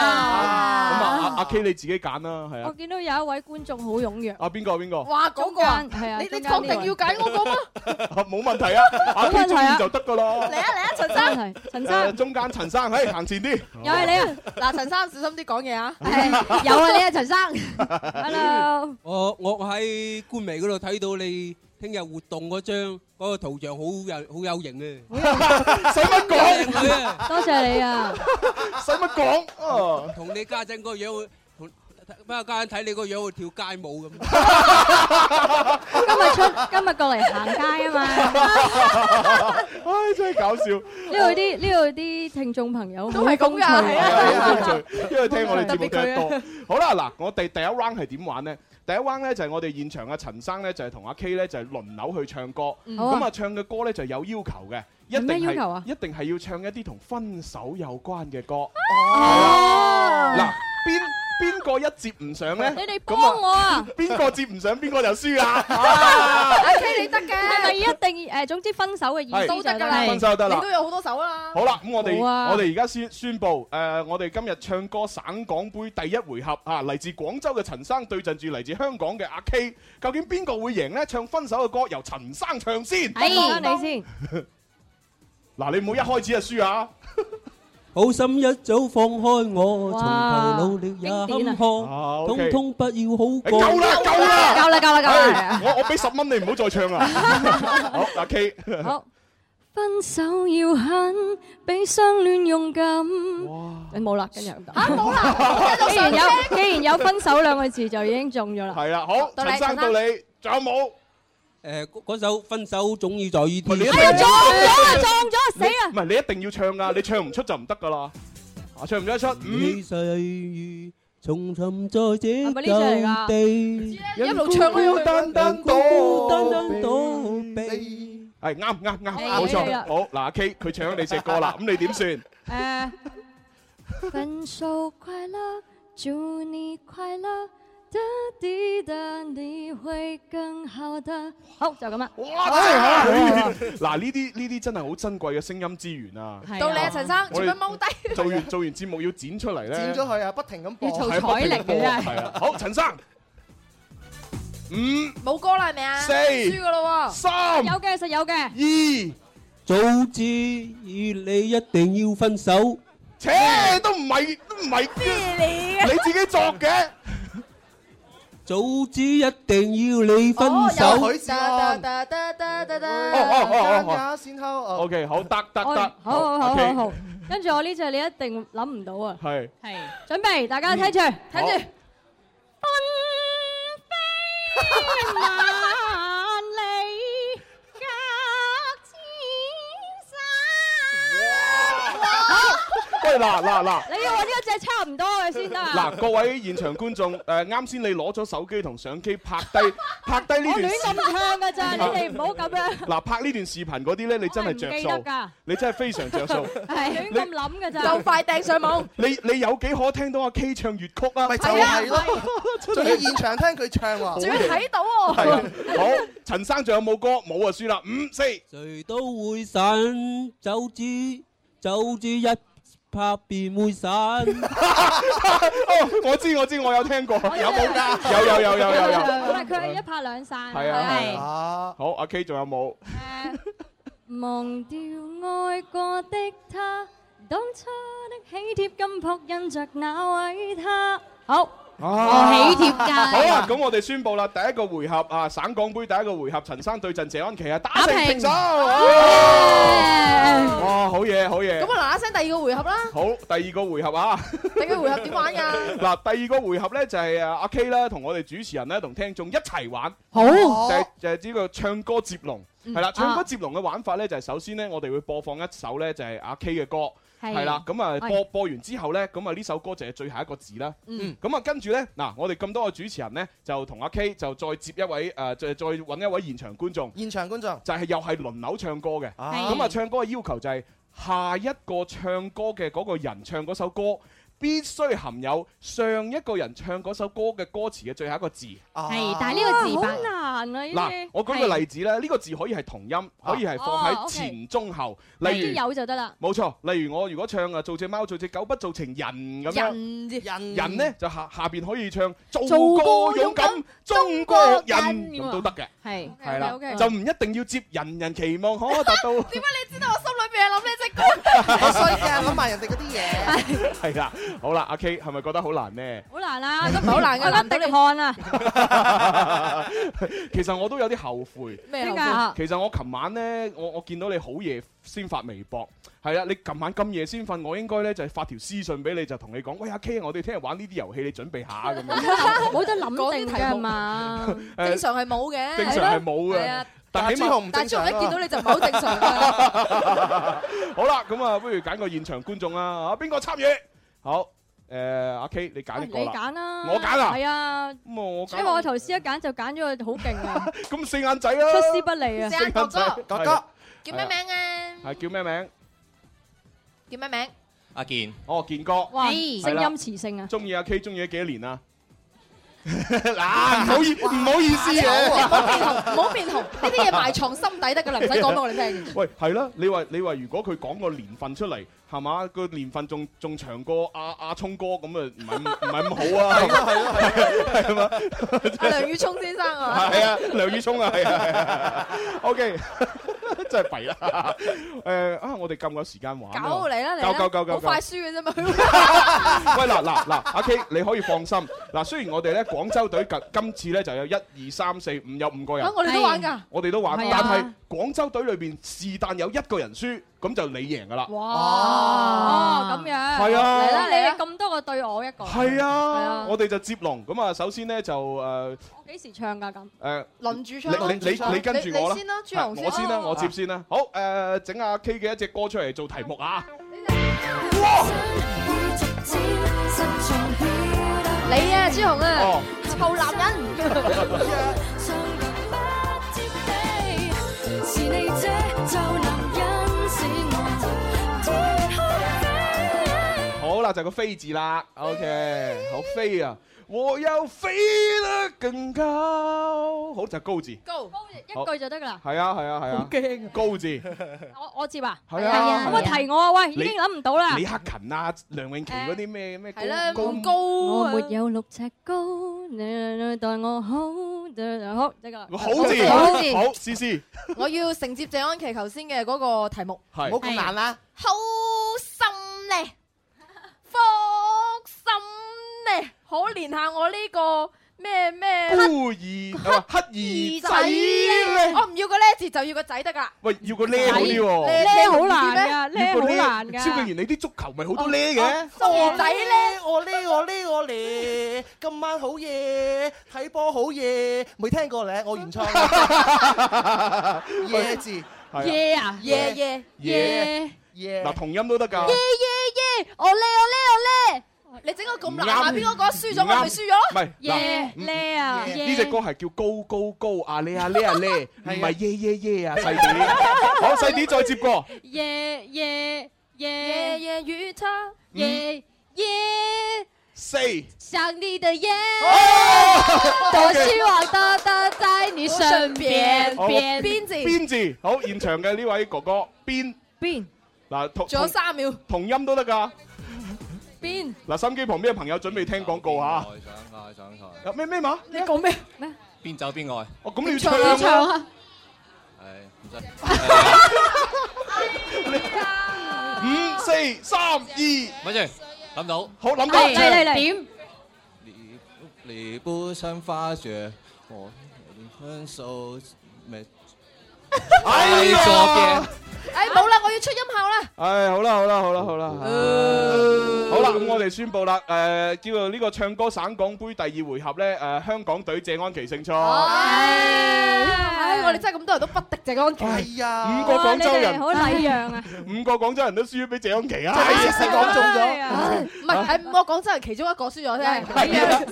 啊，阿阿 K 你自己揀啦，[laughs] 係我啊。見到有一位觀眾好踴躍。啊，邊個邊個？哇！嗰個係啊，你你中間確定呢要位揀我個嗎？ [laughs] 冇問題啊，阿冇 K 問題中啊意就得噶咯。嚟啊嚟啊，Ờ. 陳真生，係陳生誒呃中間陳生，嘿，行前啲。又係你啊！嗱，陳生小心啲講嘢啊！有啊，你啊，陳生。Hello。Ờ, 我我喺官微嗰度睇到你聽日活動嗰張嗰個圖像好有好有型啊！使乜講？多謝你 à? 啊！使乜講？Ờ. 哦，同你家陣個樣會，同不過家陣睇你個樣會跳街舞咁。 [laughs] 今日出今日過嚟行街啊 [laughs] 嘛，唉，真係搞笑。呢度啲呢度啲聽眾朋友都係咁㗎係啊哦因為聽我哋啊節目聽得多。好啦，嗱，我哋第一 round 係點玩呢？第一 round 咧就係我哋現場嘅陳生咧，就係同阿 K 咧就係輪流去唱歌。嗯好啊咁啊，唱嘅歌咧就有要求嘅，一有定咩要求係啊一定係要唱一啲同分手有關嘅歌。哦嗱，邊邊個一接唔上咧？你哋咁幫我啊！邊個接唔上邊個就輸 [laughs] 啊！ [laughs] 阿 K 你得嘅係咪一定誒？總之分手嘅意思係就得係分手就得啦你都有好多手啦。好啦，咁我哋好啊我哋而家宣宣布，誒，我哋今日唱歌省港杯第一回合啊，嚟自廣州嘅陳生對陣住嚟自香港嘅阿 K，究竟邊個會贏呢？唱分手嘅歌由陳生唱先。係你先。嗱，你唔好一開始就輸 [laughs] 啊！好心一早放開我，從哇頭努力也坎經典啊坷， ，OK 通通不要好過。夠啦，夠啦，夠啦夠啦夠啦唉我我俾十蚊你，唔好再唱啦。好，阿 K，好分手要狠，比相戀勇敢。誒冇啦，跟住冇 [laughs] 啦。既然有既然有分手兩個字就已經中咗啦。係啦，好，到你陳生陳到生你，仲有冇？Ờ, 誒，嗰嗰首分手總要在雨天。哎呀撞咗啊撞咗啊你唔係你一定要唱噶，你唱唔出就唔得噶啦。啊，唱唔出得出，你歲月重尋在這 Ờ, 咪呢隻嚟㗎舊 à? 地，一路唱都要去單單倒孤單單躲避。係啱啱啱，係冇係錯啦。好嗱阿，K 佢唱咗你隻歌啦，咁你點算？À. 呃，分手快樂，祝你快樂，哒滴答，你会更好的。好就咁啦。嗱呢啲呢啲真係好珍貴嘅聲音資源啊！係啊到你啊，陳生，我做乜哋踎低？做完做完節目要剪出嚟咧，剪咗佢啊，不停咁播。係不停播係啊！好，陳生，五冇歌啦，係咪啊？四輸噶咯喎！三有嘅，實有嘅。二早知你一定要分手，切都唔係都唔係咩你自己作嘅，早知一定要你分哦手有。哒哒哒哒哒哒。哦哦哦啊，先後哦 OK，好得得我得好，好好 OK，好好。跟住我呢只你一定諗唔到啊！係係，準備，大家嗯睇住，睇住。喂嗱嗱嗱。你要我呢一隻差唔多嘅先得啊！嗱，各位現場觀眾，誒啱先你攞咗手機同相機拍低拍低呢我亂段啊視咁唱㗎咋，你哋唔好咁樣，嗱拍呢段視頻嗰啲咧，你真係着我係唔記得數㗎，你真係非常着 [laughs] 數。係亂咁諗㗎咋。就快掟上網。你你有幾可聽到阿 K 唱粵曲啊？咪就係咯，仲要現場聽佢唱喎，仲要睇到係喎。啊好，陳生仲有冇歌？冇啊，輸啦，五四。谁都會散，早知早知一拍便會散。 [laughs] 哦，我知我知，我有聽過，Dạ, 有冇㗎？有有有有有有。唔係佢係一拍兩散。係啊係啊。好，阿 K 仲有冇？忘掉愛過的他，當初的喜帖金箔印着那位他。好，啊我喜帖㗎好啊，咁我哋宣布啦，第一個回合啊，省港杯第一個回合，陳生對陣謝安琪啊，打成平手。哇，好嘢，好嘢咁。啊嗱嗱聲第二個回合 [laughs] 啦，好，第二個回合啊，第二個回合點玩㗎？ [laughs] 嗱，第二個回合咧就係啊阿 K 啦，同我哋主持人咧同聽眾一齊玩。好就係就係呢個唱歌接龍。嗯係啦，唱歌啊接龍嘅玩法咧，就係首先咧，我哋會播放一首咧，就係阿 K 嘅歌，係係啦，咁啊係播播完之後咧，咁啊呢首歌就係最後一個字啦。嗯咁啊跟住咧，嗱，我哋咁多個主持人咧，就同阿 K 就再接一位誒，再再揾一位現場觀眾，現場觀眾就係又係輪流唱歌嘅。係咁啊，唱歌嘅要求就係下一個唱歌嘅嗰個人唱嗰首歌。必須含有上一個人唱嗰首歌嘅歌詞嘅最後一個字。係，但係呢個字啊好難啊！呢嗱啲，我舉個例子咧，呢個字可以係同音，可以係放喺前中後，係，例如有就得啦。冇錯，例如我如果唱啊做只貓做只狗不做情人咁樣，人人人咧就下下邊可以唱做做個個勇勇敢敢中國人咁都得嘅，係係啦 OK，OK，OK， [laughs] 就唔一定要接人人期望可達到，點解你知道我心裏邊係諗呢 [laughs] 只歌？好衰㗎，諗埋人哋嗰啲嘢。係啦，好啦，阿 K 係咪覺得好難呢？好難啊！咁好難㗎我覺得滴汗啊！其實我都有啲後悔。咩後悔點解其實我琴晚呢，我我見到你好夜先發微博，係啊，你琴晚咁夜先瞓，我應該呢就係發條私信俾你，就同你講，喂阿 K，我哋聽日玩呢啲遊戲，你準備下 [laughs] 咁樣。冇得諗定講啲題㗎目嘛？ [laughs] 誒正常係冇嘅，正常係冇係嘅啊，但起朱紅碼唔但正係朱常紅一見到啊。你就唔係好正 [laughs] 常㗎。好啦，咁啊，不如揀個現場觀眾啊，啊邊個參與？好，誒阿 K，你揀哦一你個啦。揀啦，我揀啊係啊，咁啊我因為我揀，頭先一揀就揀咗個好勁啊，咁四眼仔啦，出師不利啊！四眼哥哥，哥哥叫咩名啊？係叫咩名？叫咩名？阿健，哦，健哥，哇，係聲啦音磁性啊！中意阿 K 中意咗幾多年啊？嗱，唔好意唔好意思你唔好面嘅。紅，唔好面紅，呢啲嘢埋藏心底得㗎啦，唔使講俾 [laughs] 我哋聽。喂，係啦，你話你話，如果佢講個年份出嚟，係嘛？個年份仲仲長過阿阿聰哥咁啊，唔係唔係咁 [laughs] 好啊？係咯係咯係阿梁宇聰先生啊嘛？，係啊，梁宇聰啊，係啊係啊，OK，真係弊啦。誒啊，我哋夠唔夠時間玩啊？搞嚟啦嚟啦，夠夠夠夠好夠快輸 [laughs] 嘅啫嘛。 [laughs] 喂嗱嗱嗱，阿 K 你可以放心嗱，雖然我哋咧廣州隊今今次咧就有一二三四五有五個人啊，我哋都玩㗎。我哋都玩，係但係啊廣州隊裏邊是但有一個人輸，咁就你贏㗎啦。哇，咁樣係啊嚟啦，你哋咁多個對我一個，係係啊啊，我哋就接龍咁啊，首先咧就誒我幾時唱㗎咁？誒。輪住你唱咯，你你你跟住我啦，你先啦，朱係紅我先啦，我接。先啦。好誒，整阿 K 嘅一隻歌出嚟做題目啊！你啊，朱紅啊哦，臭男 [laughs] 人。好啦，就個飛字啦。OK，好飛啊！我要飛得更高。好就係高字。高一句就得噶啦。係啊係啊係啊。好驚。高字。我我接啊，係啊可唔可以提我啊？喂，已你經諗唔到啦。李克勤啊、梁詠琪嗰啲咩咩高係啦高咁高我啊沒有六尺高，你你待我好，好得噶啦。好字，好字好思思。我要承接謝安琪頭先嘅嗰個題目，係唔好咁難啦。好心咧，福心咧，可憐下我呢個咩咩孤兒啊乞兒仔咧，我唔要個呢字，就要個仔得㗎啦。喂，要個叻好啲喎，叻叻好難㗎要個叻好叻難㗎蕭敬元，你啲足球咪好多叻嘅，我仔咧，我呢我呢我呢，今晚好嘢，睇波好嘢，未聽過咧，我原唱耶字，係啊耶耶耶耶嗱同音都得㗎，耶耶，我叻我叻我叻，你整個咁難下邊嗰個輸咗，我咪輸咗唔咯係。嗱嗯叻啊呢 [laughs] 隻歌係叫高高高啊咧啊咧啊咧，唔係耶耶耶啊細啲，好細啲再接過，夜夜夜夜與他夜夜四。想你的夜，我我希望大大在你身邊。好邊邊字，好現場嘅呢位哥哥邊邊嗱同仲有三秒同音都得㗎。邊嗱，心機旁邊嘅朋友準備聽廣告嚇。上台上台，有咩咩話？你講咩？邊走邊愛。哦，咁你要唱啊唱啊！係唔使。五四三二，咪住，諗到。好諗到。點？你不想發覺我分手沒？哎呀哎，冇啦，我要出音效啦。唉，好啦，好啦，好啦，好啦，好啦，咁我哋宣布啦，誒，叫做呢個唱歌省港杯第二回合咧，誒，香港隊謝安琪勝出，唉，我哋真係咁多人都不敵謝安琪。係啊 Ờ, 五個廣州人好禮讓 à. 啊！ [laughs] 五個廣州人都輸俾謝安琪啊，講中啊咗，唔係係五個廣州人其中一個輸咗啫。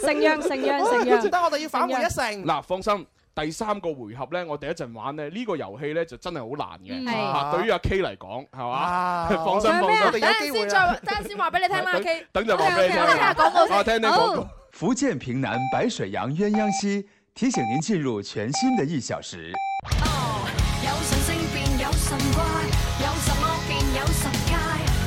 承讓承讓承 [laughs] 讓得我哋要反悔一成。嗱，放心。第三個回合咧，我哋一陣玩咧，呢個遊戲咧就真係好難嗯嘅。係嚇，對於阿 K 嚟講，係嘛？啊 [laughs] 放心，仲有放咩啊心，等陣先再，等陣先話俾你聽啦等，K。等陣話俾你聽我哋聽下廣告先。啊聽聽廣告。福建平南白水洋鸳鸯溪提醒您进入全新的一小时。有神聖便有神怪，有什麼便有十戒，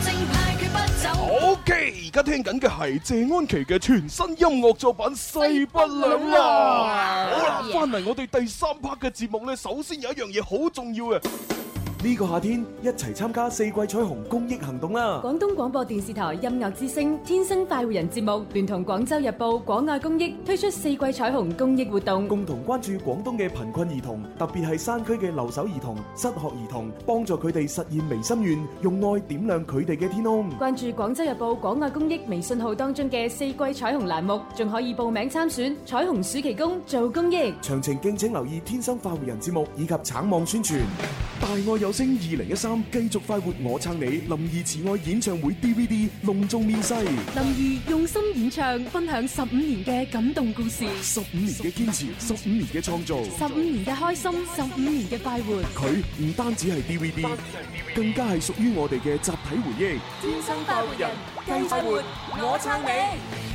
正派決不走。 O K，而家聽緊嘅係謝安琪嘅全新音樂作品《勢不兩立》。好啦，翻嚟我哋第三 part 嘅節目咧，首先有一樣嘢好重要嘅。呢個夏天一齊參加四季彩虹公益行動啊啦！廣東廣播電視台音樂之聲《天生快活人》節目聯同廣州日報廣愛公益推出四季彩虹公益活動，共同關注廣東嘅貧困兒童，特別係山區嘅留守兒童、失學兒童，幫助佢哋實現微心願，用愛點亮佢哋嘅天空。關注廣州日報廣愛公益微信號當中嘅四季彩虹欄目，仲可以報名參選彩虹暑期工做公益。詳情敬請留意《天生快活人》節目以及橙網宣傳。大愛有聲二零一三繼續快活我撐你林怡慈愛演唱會 DVD 隆重面世，林兒用心演唱，分享十五年嘅感動故事，十五年嘅堅持，十五年嘅創造。十五年嘅開心，十五年嘅快活。佢唔單止係 DVD，更加係屬於我哋嘅集體回憶。天生快活人，繼續活我撐你。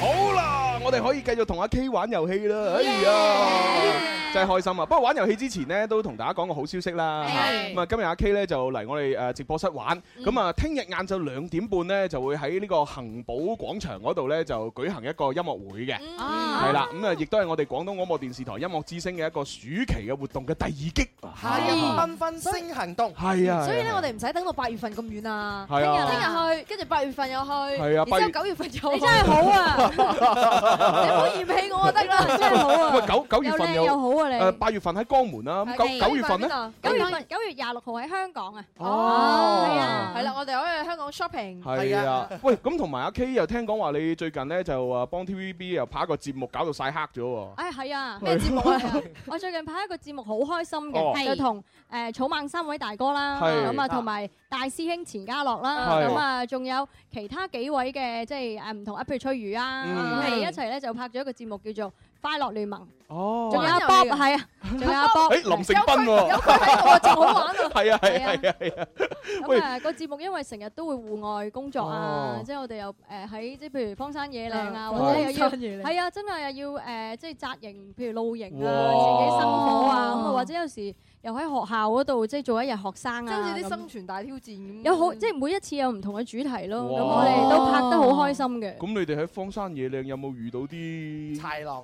好啦，我哋可以繼續同阿 K 玩遊戲啦。哎呀，真係開心啊！不過玩遊戲之前呢，都同大家講個好消息啦。係咁啊，今日阿 K 呢就嚟我哋誒直播室玩。咁啊，聽日晏晝兩點半呢，就會喺呢個恒寶廣場嗰度呢，就舉行一個音樂會嘅。係啦，咁啊，亦都係我哋廣東廣播電視台音樂之聲嘅一個暑期嘅活動嘅第 [laughs] 二擊。夏日繽紛星行動，係啊所以係咧，啊我哋唔使等到八月份咁遠啊，係啊聽日去，跟住八月份又去，係啊然八之後月九月份又去，真係好啊你唔好嫌棄我就得啦，真係好啊！喂，九九月份又靚又好啊你誒八月份喺江門啦，咁九九月份咧，九月份九月廿六號喺香港啊！哦係啊，係啦，我哋可以去香港 shopping，係啊，喂，咁同埋阿 K 又聽講話你最近咧就啊幫 TVB 又拍一個節目，搞到晒黑咗喎。唉，係啊，咩節目啊係啊？我最近拍一個節目好開心哦嘅，就同誒草蜢三位大哥啦，係咁啊同埋大師兄錢嘉樂啦，係咁啊仲有其他幾位嘅即係誒唔同，啊譬如翠如啊，嗯我哋一齊咧就拍咗一個節目叫做《快樂聯盟。哦仲有阿玩遊 Bob 戲㗎係啊，仲有阿 Bob。誒林成斌喎，有佢喺度 [laughs] 啊，仲好玩啊！係啊係啊係啊係啊！ [laughs] 喂咁誒個節目因為成日都會戶外工作啊哦，即係我哋又誒喺即係譬如荒山野嶺啊，嗯或者又要荒山野嶺係啊，真係又要誒即係紮營，譬如露營啊，哇自己生火啊，哦咁啊或者有時又喺學校嗰度即係做一日學生啊，即係好似啲咁生存大挑戰咁。有好即係每一次有唔同嘅主題咯，咁哇我哋都拍得好開心嘅。咁你哋喺荒山野嶺有冇遇到啲豺狼？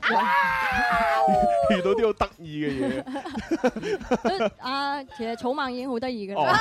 遇到啲好得意嘅嘢？啊，其實草蜢已經好得意嘅哦啦，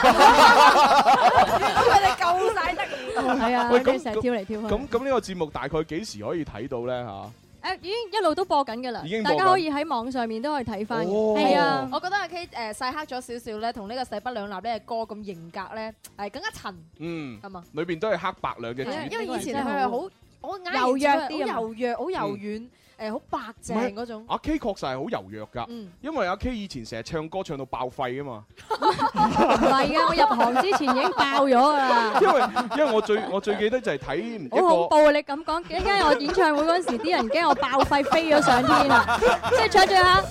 佢哋夠晒得意。係啊，喂跟住成日跳嚟跳去。咁咁呢個節目大概幾時可以睇到咧？嚇，誒已經一路都播緊㗎啦已經，播大緊家可以喺網上面都可以睇翻嘅，哦係啊，我覺得阿 K 誒細黑咗少少咧，同呢個勢不兩立咧歌咁型格咧，係更加襯嗯，係嘛？裏邊都係黑白兩隻字係啊，因為以前真佢係係好好我啱柔弱啲啊好柔弱、好柔軟誒，好白淨嗰種。阿 K 確實係好柔弱㗎，嗯因為阿 K 以前成日唱歌唱到爆肺啊嘛。唔係㗎，我入行之前已經爆咗㗎啦， [laughs] 因為因為我最我最記得就係睇一 [laughs] 好恐怖個啊！你咁講，一間我演唱會嗰陣時，啲人驚我爆肺飛咗上天啊！即係唱唱下，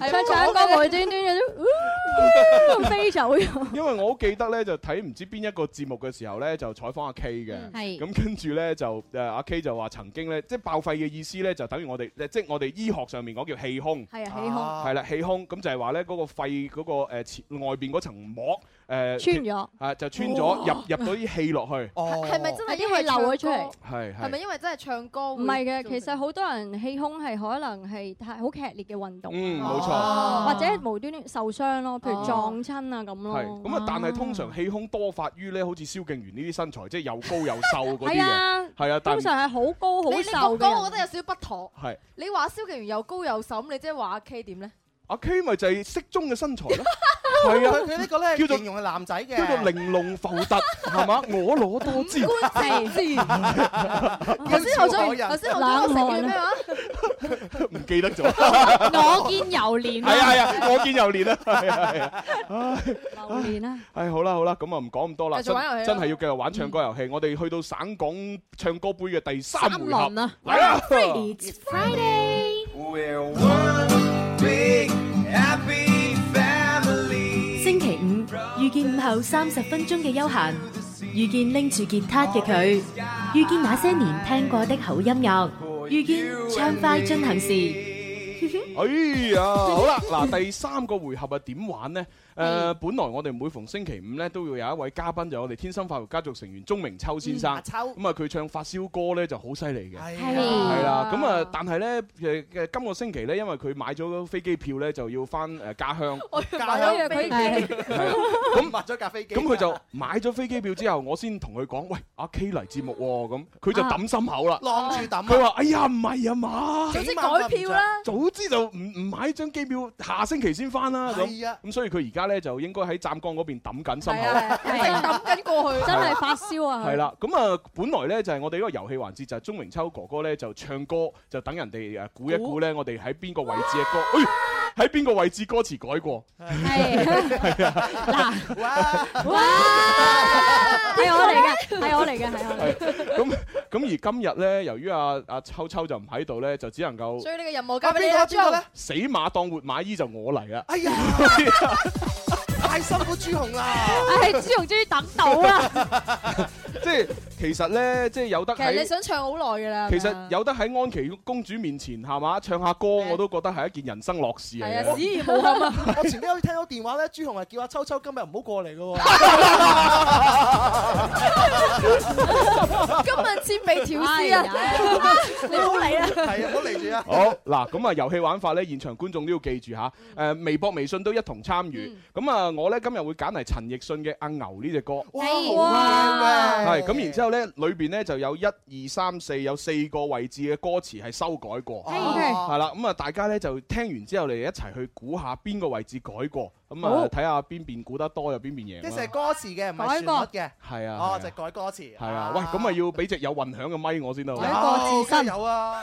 唱唱歌無端端嘅都飛走咗。因為我好記得咧，就睇唔知邊一個節目嘅時候咧，就採訪阿 K 嘅。嗯係咁跟住咧就誒阿 K 就話曾經咧，即係爆肺嘅意思咧，就等於我哋即係我哋醫學上面講叫氣胸。係啊氣胸啊係啦，氣胸咁就係話咧嗰個肺嗰個誒前外邊嗰層膜穿誒咗啊就穿咗哇入入咗啲氣落去。哦係咪真係因係為流咗出嚟唱歌？係係咪係。因為真係唱歌？唔係嘅，其實好多人氣胸係可能係太好劇烈嘅運動，嗯冇錯哦或者無端端受傷咯，譬如撞親啊咁係咯。咁啊！但係通常氣胸多發於咧，好似蕭敬元呢啲身材，即係又高又瘦嗰啲係啊嘅。係啊，但通常係好高好你你瘦咁嘅講，我人覺得有少少不妥。係你話蕭敬元又高又瘦，咁你即係話阿 K 點咧？阿 K 咪就係適中嘅身材 [laughs] 咯，係啊，佢佢呢個 [laughs] 咧叫做形容係男仔嘅叫做玲瓏浮凸，[laughs] 係嘛？我攞多姿，官 [laughs] 四頭先我想，頭先我想個成語咩話？唔 [laughs] 記得咗。我見猶係憐啊係啊，我見又練啦，係啊係啊，唉榴蓮啊！唉好啦好啦，咁啊唔講咁多啦，繼續玩遊戲真啦真係要繼續玩唱歌遊戲。我哋去到省港唱歌杯嘅第三回合輪啊嚟啦！ It's Friday。星期五遇見午後三十分鐘嘅休閒，遇見拎住吉他嘅佢，遇見那些年聽過的好音樂，遇見暢快進行時。哎 [laughs] 呀，好啦，嗱，第三個回合啊，點玩呢？誒、嗯本來我哋每逢星期五呢，都會有一位嘉賓，就係我哋天生快活家族成員鐘明秋先生。嗯阿秋咁啊，佢唱發燒歌呢就好犀利嘅，係啊係啦。咁啊，但係呢，誒誒，今個星期呢，因為佢買咗飛機票呢，就要翻誒家鄉。加油，飛機。咁抹咗架飛機。咁佢就買咗飛機票之後，我先同佢講：喂，阿 K 嚟節目喎，咁佢就抌 [laughs] 心口啦，晾啊住抌啊佢話：哎呀，唔係啊嘛，早知改票啊啦早知就唔唔買張機票，下星期先翻啦。係啊咁咁，所以佢而家咧就應該喺湛江嗰邊抌緊心口。抌緊過去，真係發燒啊！係啦，咁啊，本來咧就係我哋呢個遊戲環節，就係鐘明秋哥哥咧就唱歌，就等人哋誒估一估咧，我哋喺邊個位置嘅歌，哎喺邊個位置歌詞 [laughs] 改過。 [laughs] 係啊，係我嚟嘅，係我嚟嘅，係我嚟嘅。咁咁而今日咧，由於阿阿秋秋就唔喺度咧，就只能夠所以呢個任啊務交俾你啦，啊朱紅。死馬當活馬醫就我嚟啊啦。哎呀， [laughs] 太辛苦朱紅啦。唉，朱紅終於等到 [laughs] 啦。即係其實咧，即係有得其實你喺想啊唱好耐㗎啦。其實有得喺安琪公主面前係嘛唱下歌，我都覺得係一件人生樂事嚟啊係啊嘅。屎意無憾啊！ [laughs] 我前邊有聽到電話咧，朱紅係叫阿秋秋今日唔好過嚟嘅喎。 [laughs] 今日先俾條絲啊哎呀！你唔好嚟啦。 [laughs] 係啊，唔好嚟住啊。好嗱，咁啊遊戲玩法咧，現場觀眾都要記住吓，嗯誒微博、微信都一同參與。咁啊，我咧今日會揀嚟陳奕迅嘅《阿牛》呢只歌。哇，好靚啊。係咁，然之後咧，裏邊咧就有一二三四有四個位置嘅歌詞係修改過，係哦 OK 啊係啦，咁啊大家咧就聽完之後，你哋一齊去估下邊個位置改過。咁啊好睇下邊邊估得多就邊邊贏即係啦。歌詞嘅，唔係旋改過律嘅。係啊係哦啊，就係改歌詞。係啊，喂，咁咪要俾隻有混響嘅咪我先得喎。有梗係有啊。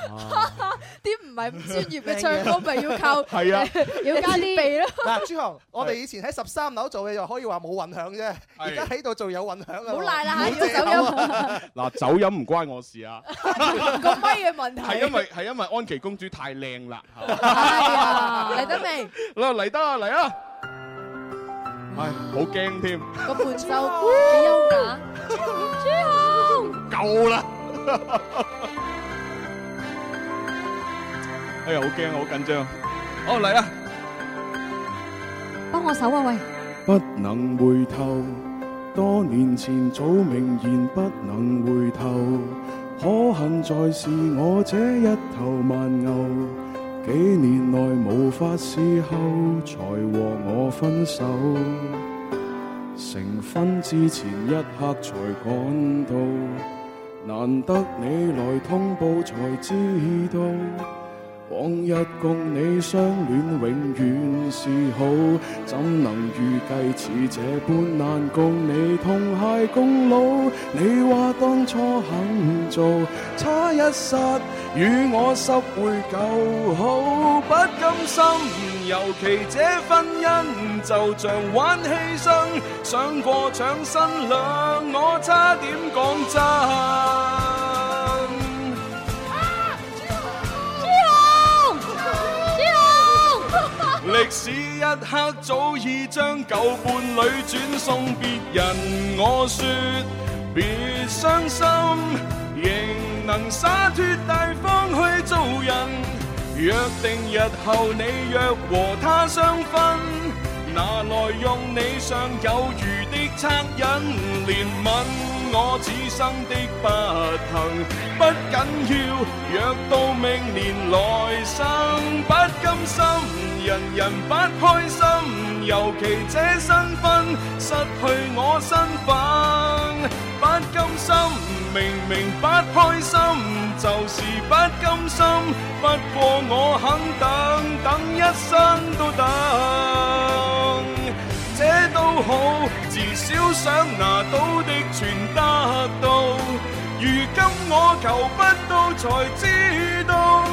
啲唔係唔專業嘅唱 [laughs] 歌，咪要靠 [laughs] 係啊要加啲備咯。嗱， [laughs] 朱紅，我哋以前喺十三樓做嘅就可以話冇混響啫，而家喺度做有混響啊！好賴啦嚇唔好呢個借口啊嗱，走音唔關我事 [laughs] 啊，個咪嘅問題係因為係因為安琪公主太 [laughs] 靚啦。係啊，嚟得未？嗱，嚟得啊，嚟啊！唉，好驚添，個 [laughs] 伴奏幾優雅，朱紅 [laughs] 夠啦！哎呀，好驚，好緊張。好嚟啦！啊幫我手啊，喂！不能回頭。多年前早明言不能回頭，可恨在是我這一頭蠻牛。幾年內無法思考，才和我分手。成婚之前一刻才趕到，難得你來通報才知道。往日共你相戀，永遠是好，怎能預計似這般難共你同偕共老？你話當初肯做，差一剎與我十回舊好，不甘心。尤其這婚姻就像玩犧牲，想過搶新娘，我差點講真。朱紅，朱紅，歷史一刻早已將舊伴侶轉送別人，我說別傷心，仍能灑脱大方去做人。約定日後你若和他相分，拿來用你尚有餘的惻隱憐憫，我此生的不幸不緊要，若到明年來生不甘心，人人不開心，尤其這新婚失去我身份，不甘心，明明不開心，就是不甘心，不過我肯等，等一生都等。這都好，至少想拿到的全得到。如今我求不到，才知道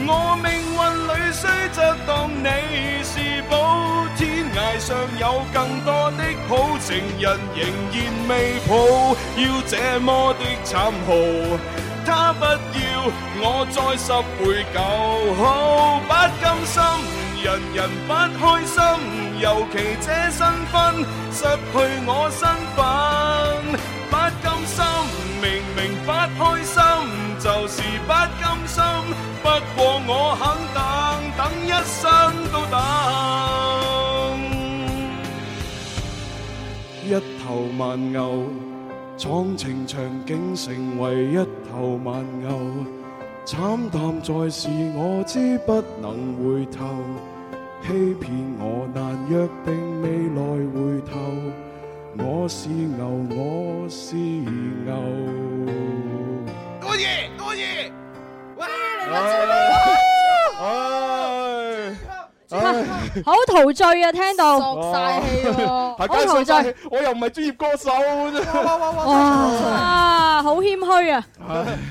我命運裏雖則當你是寶，天涯上有更多的好，情人仍然未抱，要這麼的慘酷。他不要，我再十回舊好，不甘心，人人不開心，尤其這新婚失去我身份，不甘心，明明不開心，就是不甘心，不過我肯等，等一生都等。一頭蠻牛，闖情場竟成為一頭蠻牛。慘淡在是我知不能回頭，欺騙我難約定未來回頭。我是牛，我是牛。多謝多謝，哇！你好陶醉啊！聽到索晒氣喎好係梗係陶索晒醉氣，我又唔係專業歌手啫。哇！好謙虛啊！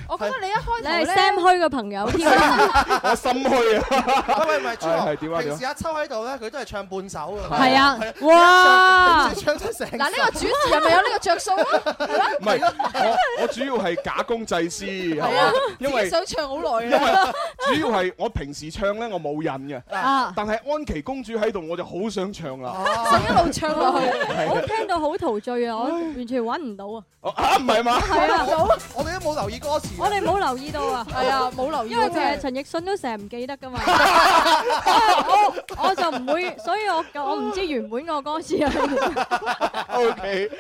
我覺得你一開你頭係咧 Sam 虛嘅朋友添啊， [laughs] 我心虛啊！喂喂，唔係朱係係點啊紅，點啊平時阿秋喺度咧，佢都係唱半首㗎嘛。係啊係哇平時唱得成首。嗱呢個主持人咪有呢個着數咯，係啦唔係，我我主要係假公濟私，係啊係啊嘛？，因自為己想唱好耐因為啊，主要係我平時唱咧，我冇癮嘅啊，但係安琪公主喺度，我就好想唱啦。想一路唱 [laughs] 落去。我聽到好陶醉啊！我完全揾唔到啊！ [laughs] 啊，唔係嘛？係啊，我哋都冇留意歌詞。我哋冇留意到啊！ [laughs] 係啊冇留意因喎為其真係實陳奕迅都成日唔記得 [laughs] 噶嘛，我我我就唔會，所以我我唔知原本個歌詞係 O K，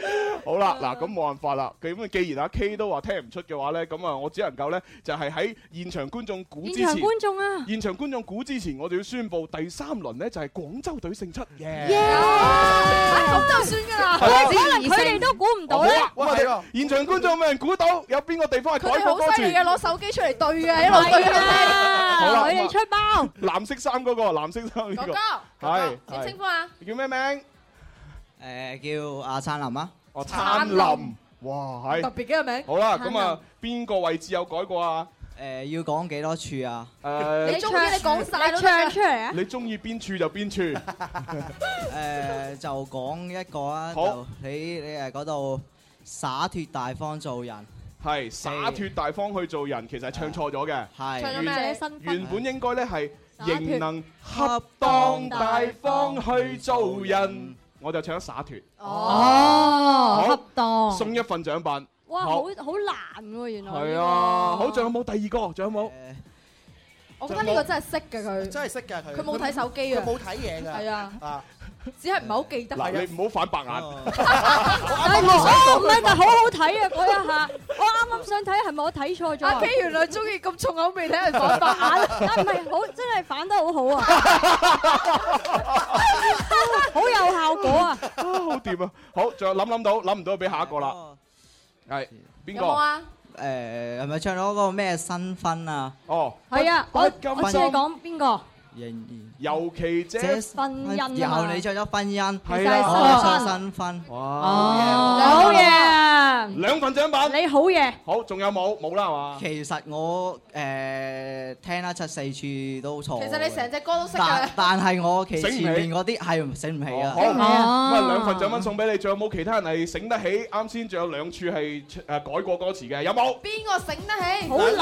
好啦，嗱咁冇辦法啦。咁啊既然阿 K 都話聽唔出嘅話咧，咁啊我只能夠咧就係喺現場觀眾估之現場前，觀眾啊！現場觀眾估之前，我哋要宣布第三輪咧就係廣州隊勝出嘅。 Yeah！ [laughs] 啊咁就算㗎啦，可能佢哋都估唔到咧。好啊係啊！現場觀眾有冇人估到有邊個地方係佢改哋過好歌犀利詞嘅，？攞手機出嚟對嘅，一路對好啦佢哋出包。藍色衫嗰個，藍色衫呢哥個，哥係，點係稱呼啊？叫咩名？誒，叫阿燦林啊。哦，燦林，哇，係特別嘅名。好啦，咁啊，邊個位置有改過啊？誒，要講幾多處啊？誒，你中意你講晒都得㗎你唱出嚟啊！你中意邊處就邊處。誒，Ờ, 就講一個啊。好就你你 à, 誒嗰度灑脱大方做人。係灑脱大方去做人，其實係唱錯咗嘅。唱係咗咩原你身份原本應該咧係灑脱仍能恰當大方去做人，我就唱咗灑脱。哦好恰當送一份獎品。哇，好好好難喎，原來呢個。係啊，好，仲有冇第二個？仲有冇？我覺得呢個真係識嘅佢，真係識㗎佢佢冇睇手機啊，佢冇睇嘢㗎係啊啊，只係唔係好記得。嗱，你唔好反白哦眼。但係哦，唔係，但係好好睇啊！嗰一下， [laughs] 我啱啱想睇係咪我睇錯咗啊？阿 K 原來中意咁重口味睇人反 [laughs] 白眼，但唔係好，真係反得好好 [laughs] 啊！好有效果啊！ [laughs] 啊好掂啊！好，仲有諗諗到，諗唔到就俾下一個啦。係邊個？？哦啊誒，係咪唱咗嗰個咩新婚 à. 啊？哦，係啊，我我知不禁你講邊個？仍尤其這然。婚姻啊嘛然後你唱咗婚姻，係啊 Ờ, 我唱新婚。哇！好嘢，兩份獎品。你好嘢。好，仲有冇？冇啦係嘛？其實我誒聽得出四處都錯。其實你成隻歌都識㗎但。但係我其醒唔起實前面嗰啲係醒唔起啊。好，咁啊兩份獎品送俾你，仲有冇其他人係醒得起？啱先仲有兩處係誒改過歌詞嘅，有冇？邊個醒得起？好難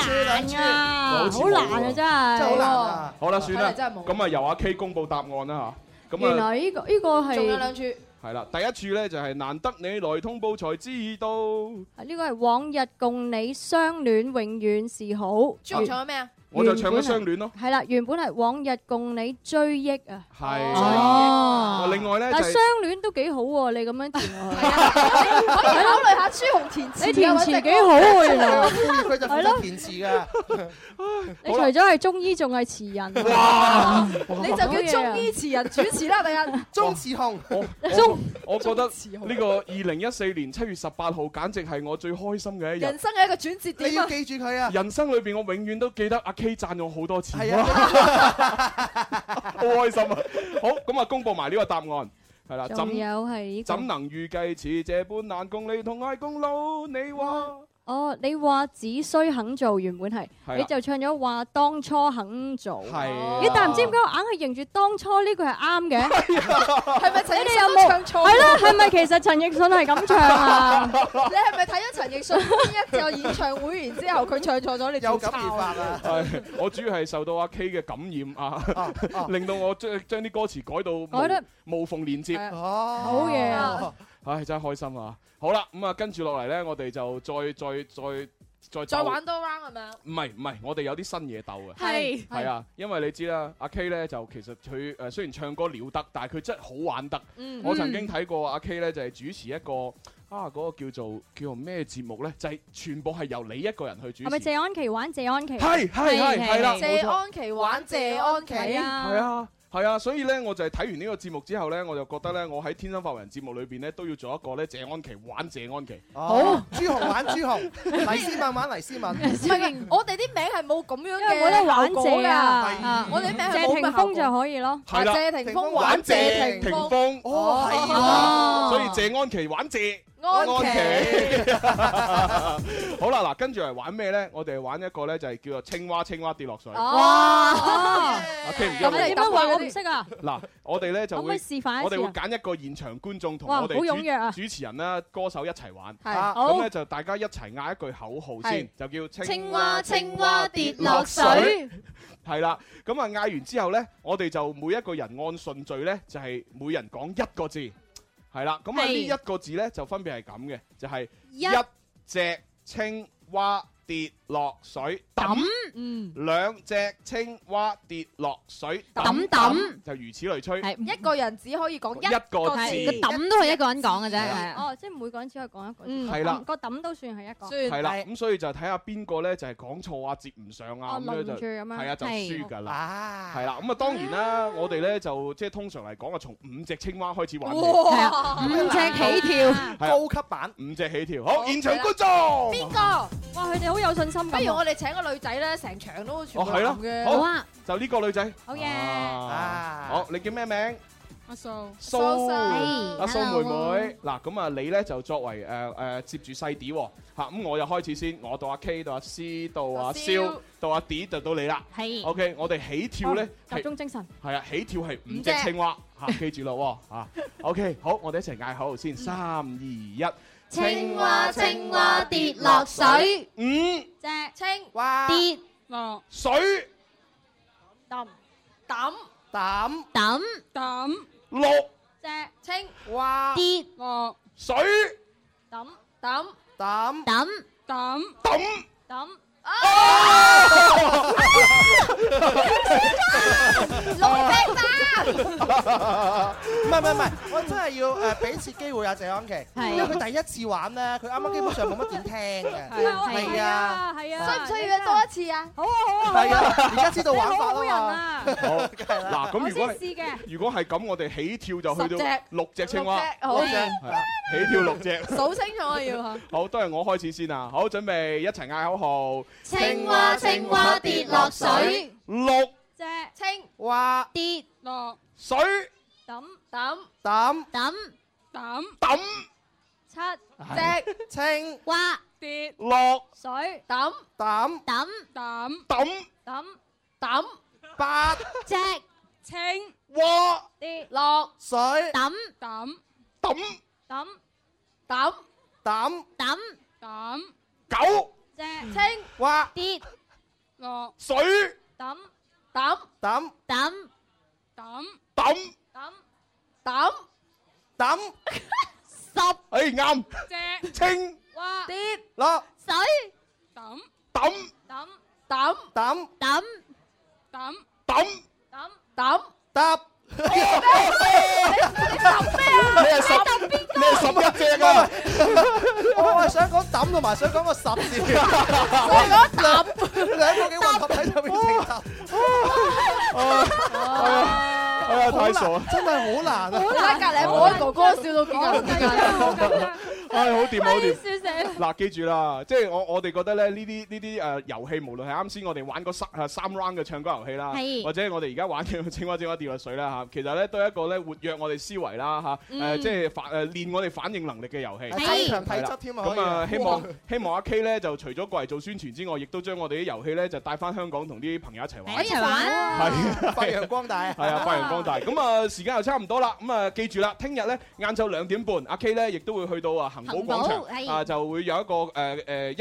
啊，好難啊，真係。真係好難啊！好啦，算啦，真係冇咁啊由阿 K 公佈答案啦嚇。原咁啊來呢個呢個係仲有兩處，呢係啦，第一處咧就係難得你來通報才知道。個係往日共你相戀，永遠是好。Ờ. 仲唱咗咩啊？我就唱咗相 [laughs] 戀咯。係啦，原本係往日共你追憶啊。係。哦另外咧就但係相係戀都幾好喎，你咁樣填 [laughs] 落去，啊可以考慮下朱紅填詞。你填詞幾好喎，原來。[laughs] 佢就負責填詞 [laughs] 㗎。你除咗係中醫，仲係詞人。啊哇！你就叫中醫詞人主持啦，第 [laughs] 日鍾志雄，我我覺得呢個二零一四年七月十八號，簡直係我最開心嘅一日人。生嘅一個轉折點你要記住佢啊！人生裏邊，我永遠都記得阿 K 讚我好多次，係哇啊， [laughs] 好開心啊！好，咁啊，公佈埋呢個答案係啦。仲怎有係呢個怎啊能預計似這般難共你同愛共老？你話哦，你話只需肯做，原本係係啦啊你就唱咗話當初肯做。係啊咦？但唔知點解我硬係認住當初呢句係啱嘅。係咪 [laughs] 陳你奕哋有迅都冇唱錯？係啦，係咪其實陳奕迅係咁 [laughs] 唱啊？ [laughs] 你係咪睇咗陳奕迅邊一個演唱會，然之後佢唱錯咗，你有照感而抄發啊！係我主要係受到阿 K 嘅感染啊， [laughs] 令到我將將啲歌詞改到無改得啊無縫連 [laughs] 接。哦，好嘢啊！唉，真係開心啊！好啦，咁啊，跟住落嚟呢，我哋就再再再再再走玩多 round 係咪啊？唔係唔係，我哋有啲新嘢鬥嘅。係係啊，因為你知啦，阿 K 咧就其實佢呃誒雖然唱歌了得，但係佢真係好玩得。嗯我曾經睇過阿 K 咧就係主持一個啊嗰、個叫做叫做咩節目咧，就係、全部係由你一個人去主係咪持。謝安琪玩謝安琪？係係係係啦，冇謝錯。安琪玩謝安琪係啊係啊。係啊，所以咧，我就係睇完呢個節目之後咧，我就覺得咧，我喺《天生發人》節目裏邊咧，都要做一個咧謝安琪玩謝安琪。好，哦朱紅玩朱 [laughs] 紅，黎思敏玩黎思敏。唔係我哋啲名係冇咁樣因為冇嘅得玩效果謝㗎，啊，我哋啲名係謝冇霆咁嘅效鋒果就可以咯。係啦，謝霆鋒玩謝霆鋒，霆鋒哦，係啊啊，所以謝安琪玩謝。安琪 [laughs] 好啦，嗱，跟住嚟玩咩咧？我哋玩一個咧，就係叫做青蛙青蛙跌落水。哇！阿 K 唔哦咁你點記得樣話我唔識啊？嗱，我哋咧就可唔可會以示範一次啊我哋會揀一個現場觀眾同哇我哋好踴躍啊主主持人啦、歌手一齊玩。係啊好咁咧就大家一齊嗌一句口號先，就叫青青蛙青蛙跌落水。 [laughs] 係啦，咁啊嗌完之後咧，我哋就每一個人按順序咧，就係每人講一個字。係啦，咁啊係呢一個字咧就分別係咁嘅，就係一一隻青蛙跌落水，抌；兩隻青蛙跌落水，抌抌，就如此類推。一個人只可以講一個字字，係個抌都係一個人講嘅啫，係啊。哦，即係每個人只可以講一個字。嗯係啦個抌都算係一個。係啦，咁所以就睇下邊個咧就係講錯啊，接唔上啊，哦咁樣輪住就咁樣係啊，就係輸㗎啦。係啦，咁啊當然啦，我哋咧就即係通常嚟講啊，從五隻青蛙開始玩起。係啊五隻起跳，高級版五隻起跳。好，現場觀眾。邊個？哇！佢哋好有信心。不如我哋請個女仔咧，成場都全哦，部係男嘅。咯，好，啊就呢個女仔。好啊嘢。好，你叫咩名？阿蘇，蘇阿蘇妹妹，嗱咁啊，你咧就作為誒誒接住細啲喎，嚇咁我又開始先，我到阿 K 到阿 C 到阿蕭到阿 D 就到你啦。係 OK，我哋起跳咧集係中精神。係啊，起跳係五五隻隻青蛙嚇，記住咯喎嚇。OK，好，我哋一齊嗌口號先，三二一，青蛙青蛙跌落水，五隻青蛙跌落水抌抌抌抌抌六隻青蛙跌落水抌抌抌抌抌抌抌。唔係唔係唔係，我真係要誒俾次機會阿謝安琪，係因為佢第一次玩咧，佢啱啱基本上冇乜點聽嘅，係啊，，係啊，需唔需要多一次啊？好啊，好係啊，而家知道玩法啦嘛。好嗱，咁如果我先試嘅係如果係咁，我哋起跳就去十到隻六隻青蛙，六隻好係啊起跳六隻。數清楚啊要。好，都係我開始先啊！好，準備一齊嗌口號。青蛙青蛙跌落水，六隻青蛙跌落水抌抌抌抌抌抌七隻青蛙跌落水抌抌抌抌抌抌抌八隻青蛙跌落水抌抌抌抌抌抌抌抌九隻青蛙跌落水抌 [laughs] 抌抌抌抌抌抌抌抌十，哎啱，隻青蛙跌落水抌抌抌抌抌抌抌抌抌抌揼。你係十，你係十一隻啊！我係想講抌同埋想講個十字，我講抌兩個幾混合喺上面成揼。哎呀，太傻啦！真係好難啊！好難隔離我哥哥笑到見唉，好掂好哎掂。笑死。嗱，記住啦，即係我我哋覺得咧，呢啲呢啲誒遊戲，無論係啱先我哋玩嗰三誒三 round 嘅唱歌遊戲啦，係或者我哋而家玩嘅青蛙青蛙掉落水啦嚇，其實咧都係一個咧活躍我哋思維啦嚇，誒嗯即係反誒練我哋反應能力嘅遊戲，係體強體質係啦添啊可以咁啊，希哇望希望阿 K 咧就除咗過嚟做宣傳之外，亦都將我哋啲遊戲咧就帶翻香港同啲朋友一齊玩，一齊玩。係發揚光大。係啊，發揚光大。咁啊，時間又差唔多啦。咁啊，記住啦，聽日咧晏晝兩點半，阿 K 咧亦都會去到啊恒寶廣恒寶係場啊，就會有一個誒誒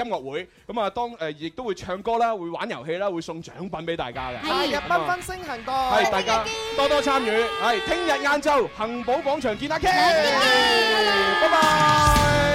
音樂會。咁啊，當誒亦都會唱歌啦，會玩遊戲啦，會送獎品俾大家嘅。夏日咁啊繽紛星行動，係大家多多參與。係聽日晏晝恒寶廣場見阿 K。拜拜。